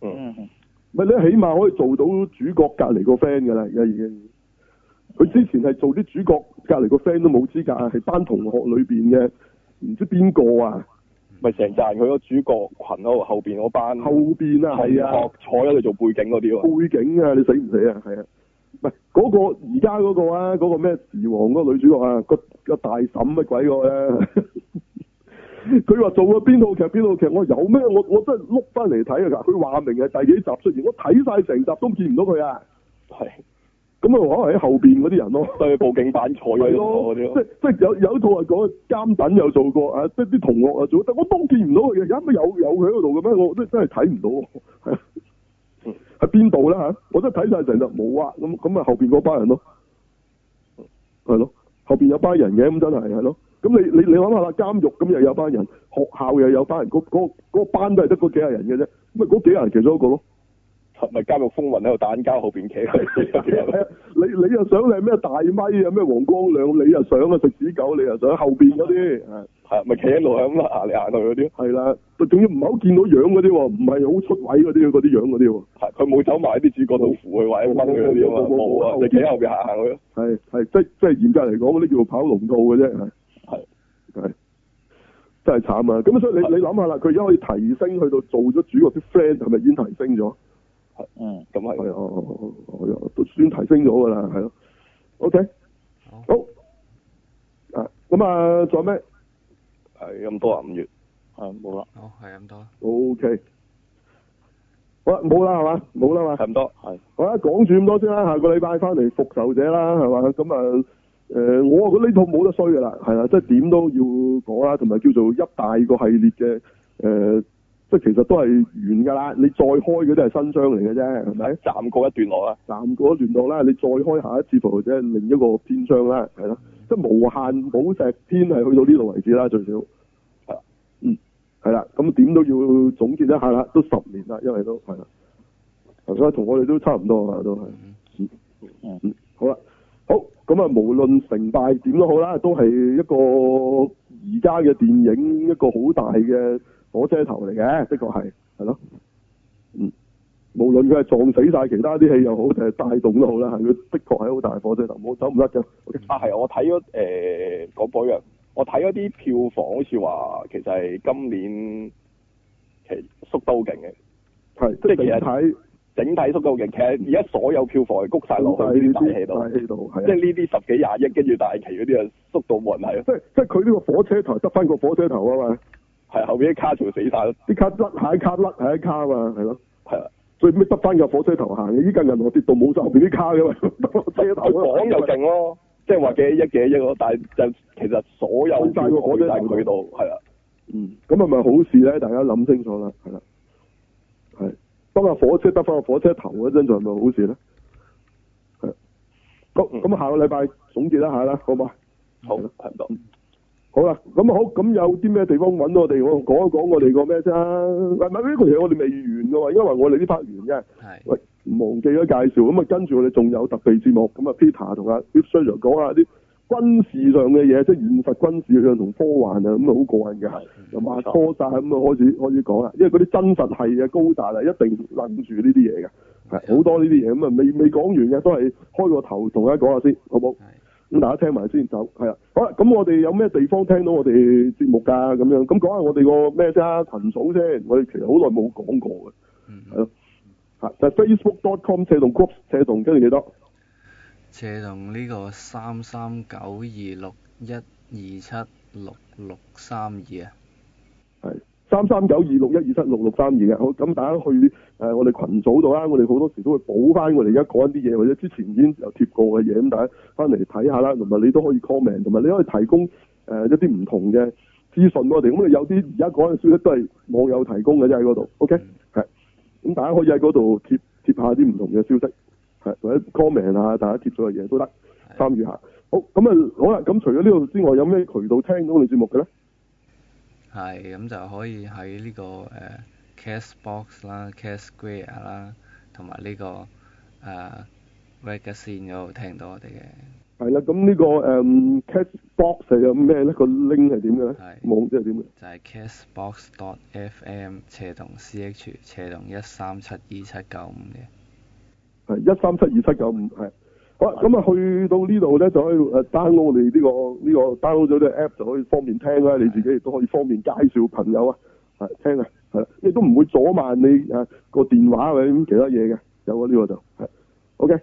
Speaker 4: 嗯，
Speaker 1: 嗯，
Speaker 2: 唔係你起碼可以做到主角隔離個 friend 噶啦，而家已經。佢之前係做啲主角隔離個 friend 都冇資格啊，係班同學裏邊嘅唔知邊個啊，
Speaker 4: 咪成扎人佢個主角群嗰度後邊嗰班
Speaker 2: 後邊啊，係啊
Speaker 4: 同。學坐喺度做背景嗰啲喎，
Speaker 2: 背景啊，你死唔死啊？係啊，唔係嗰個而家嗰個啊，嗰、個咩時王嗰個女主角啊，個個大嬸乜鬼嗰個咧？ 佢話做咗邊套劇邊套劇，我有咩？我我真係碌翻嚟睇啊！佢話明係第幾集出現，我睇晒成集都見唔到佢啊！
Speaker 4: 係
Speaker 2: 咁啊，可能喺後邊嗰啲人咯。
Speaker 4: 對報警板坐咗喺
Speaker 2: 係
Speaker 4: 度
Speaker 2: 咯，
Speaker 4: 嗰
Speaker 2: 即
Speaker 4: 啲咯，
Speaker 2: 即有有一套係講啊監躉有做過啊，即啲同學啊做，但我都見唔到佢嘅，有乜有有佢喺度嘅咩？我真真係睇唔到喎，係
Speaker 4: 嗯
Speaker 2: 啊喺邊度啦嚇？我真係睇晒成日冇啊，咁咁咪後邊嗰班人咯，係咯，後邊有班人嘅，咁真係係咯。咁你你你諗下啦，監獄咁又有班人，學校又有班人，嗰嗰嗰班都係得嗰幾廿人嘅啫，咁咪嗰幾廿人其中一個咯。
Speaker 4: 咪監獄風雲喺度打交後邊企佢嗰啲人
Speaker 2: 係啊， 你你又想你係咩大咪啊，咩黃光亮，你又想啊食屎狗，你又想後邊嗰啲，係
Speaker 4: 係啊咪企喺度係咁行嚟行去嗰啲，
Speaker 2: 係啦，仲要唔係好見到樣嗰啲喎，唔係好出位嗰啲嗰啲樣嗰啲喎，
Speaker 4: 係佢冇走埋啲主角度扶佢或者掹佢嗰啲啊嘛，冇啊，就企喺後邊行行去咯，
Speaker 2: 係係即即係嚴格嚟講嗰啲叫跑龍套嘅啫，係
Speaker 4: 係
Speaker 2: 係真係慘啊！咁所以你你諗下啦，佢而家可以提升去到做咗主角啲 friend 係咪已經提升咗？
Speaker 1: 嗯，
Speaker 4: 咁係
Speaker 2: 係哦哦哦哦，都算提升咗㗎啦，係咯。OK，
Speaker 3: 好
Speaker 2: 好啊，咁啊，仲有咩？
Speaker 4: 係咁多啊五月，
Speaker 1: 係冇啦，
Speaker 3: 好係咁多啦。
Speaker 2: O K，好啦，冇啦係嘛，冇啦嘛，
Speaker 4: 係咁多，
Speaker 1: 係
Speaker 2: 好啦，講住咁多先啦，下個禮拜翻嚟復仇者啦，係嘛，咁啊，誒、我覺得呢套冇得衰噶啦，係啦，即係點都要講啦，同埋叫做一大個系列嘅誒、即係其實都係完㗎啦，你再開嗰啲係新章嚟嘅啫，係咪？
Speaker 4: 暫過一段落啦，
Speaker 2: 暫過一段落啦，你再開下一次復仇者係另一個篇章啦，係啦，即係無限寶石篇係去到呢度為止啦，最少。
Speaker 4: 係啦
Speaker 2: 嗯，係啦，咁點都要總結一下啦，都十年啦，因為都係啦，所以同我哋都差唔多啦，都係。嗯
Speaker 1: 嗯
Speaker 2: 嗯，好啦，好咁啊，無論成敗點都好啦，都係一個而家嘅電影一個好大嘅火車頭嚟嘅，的確係係咯，嗯，無論佢係撞死晒其他啲戲又好，定係帶動都好啦，係佢的確係好大火車頭，冇走唔甩嘅。OK，
Speaker 4: 啊係我睇咗誒講保養，我睇咗啲票房好似話其實係今年其實縮得好勁嘅。
Speaker 2: 係
Speaker 4: 即
Speaker 2: 即係
Speaker 4: 係其實
Speaker 2: 整體
Speaker 4: 整體縮到嘅，其實而家所有票房係谷晒落去呢啲
Speaker 2: 整
Speaker 4: 大戲度，
Speaker 2: 大戲度
Speaker 4: 即
Speaker 2: 係
Speaker 4: 係
Speaker 2: 啊，
Speaker 4: 呢啲十幾廿億，跟住大旗嗰啲啊縮到冇人睇咯，
Speaker 2: 即係即係佢呢個火車頭得翻個火車頭啊嘛，
Speaker 4: 係後邊啲卡槽死晒咯，
Speaker 2: 啲卡甩下一卡甩下一卡啊嘛，係咯。
Speaker 4: 係啊，
Speaker 2: 最尾得翻架火車頭行嘅，依家銀河鐵道冇晒後邊啲卡嘅 嘛，得個車頭啊
Speaker 4: 佢講又勁咯，即係話幾億幾億咯，但係就其實所有票房都喺佢度，係啊，
Speaker 2: 嗯，咁係咪好事咧？大家諗清楚啦，係啦，係當架火車得翻個火車頭嗰陣，仲係咪好事咧？係
Speaker 4: 嗯
Speaker 2: 咁咁，下個禮拜總結一下啦，好嘛？啊
Speaker 4: 好係唔到，
Speaker 2: 好啦，咁好，咁有啲咩地方揾我哋？我講一講我哋個咩先啊？唔係唔係呢個其實我哋未完嘅喎，因為我哋呢 part 完嘅。
Speaker 3: 係
Speaker 2: 喂，忘記咗介紹，咁啊跟住我哋仲有特備節目，咁啊 Peter 同阿 Deep Sir 講下啲軍事上嘅嘢，即係現實軍事上同科幻啊，咁啊好過癮嘅，又話科晒咁啊開始開始講啦，因為嗰啲真實係嘅高達啊，一定楞住呢啲嘢嘅，係好多呢啲嘢咁啊，未未講完嘅都係開個頭同大家講下先，好冇？
Speaker 3: 係
Speaker 2: 咁大家聽埋先走，係啦。啊好啦，咁我哋有咩地方聽到我哋節目㗎？咁樣咁講下我哋個咩先啊？群組先，我哋其實好耐冇講過嘅，
Speaker 3: 嗯
Speaker 2: 係咯。嚇，啊就係 facebook.com 斜動 group 斜動，跟住幾多？
Speaker 3: 斜動呢個三三九二六一二七六六三二啊，
Speaker 2: 三三九二六一二七六六三二嘅，好咁大家去誒、呃我哋群組度啦，我哋好多時都會補翻我哋而家講緊啲嘢，或者之前已經有貼過嘅嘢，咁大家翻嚟睇下啦，同埋你都可以 comment，同埋你可以提供誒、呃一啲唔同嘅資訊我哋，咁有啲而家講嘅消息都係網友提供嘅啫喺嗰度，OK 係，咁大家可以喺嗰度貼貼下啲唔同嘅消息，係或者 comment 下大家貼咗嘅嘢都得，參與下。好咁啊，好啦，咁除咗呢度之外，有咩渠道聽到我哋節目嘅咧？
Speaker 3: 係咁就可以喺呢、個誒、呃 Castbox 啦、Castsquare 啦，同埋呢個誒、呃 Vegasin 嗰度聽到我哋嘅。
Speaker 2: 係啦，咁呢、個誒、Catchbox 係有咩咧？個 link 係點嘅咧？
Speaker 3: 係
Speaker 2: 網即係點嘅？
Speaker 3: 就係 castbox.fm 斜動 ch 斜動一三七二七九五嘅。
Speaker 2: 係一三七二七九五係。好啦，咁啊去到呢度咧，就可以誒 download 我哋呢、個呢、個 download 咗呢個 app 就可以方便聽啦，你自己亦都可以方便介紹朋友啊，係聽啊，係啦，亦都唔會阻慢你誒個電話或者咁其他嘢嘅，有啊呢個就係 OK。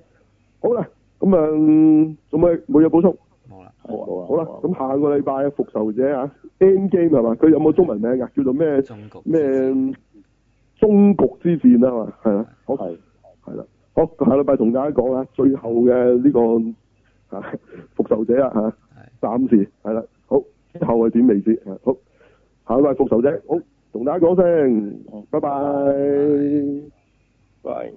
Speaker 2: 好啦，咁啊嗯仲有冇嘢補充？
Speaker 3: 冇啦，
Speaker 1: 好啊
Speaker 2: 好啦，咁下個禮拜啊復仇者啊 End Game 係嘛？佢有冇中文名㗎？叫做咩？
Speaker 3: 中局
Speaker 2: 咩嗯中局之戰啊嘛，係啦，好
Speaker 1: 係
Speaker 2: 係啦，好下禮拜同大家講下最後嘅呢、個啊 復仇者啊嚇，暫時係啦，好之後係點未知啊，好下禮拜復仇者，好同大家講聲，拜拜
Speaker 3: 拜
Speaker 4: 喂。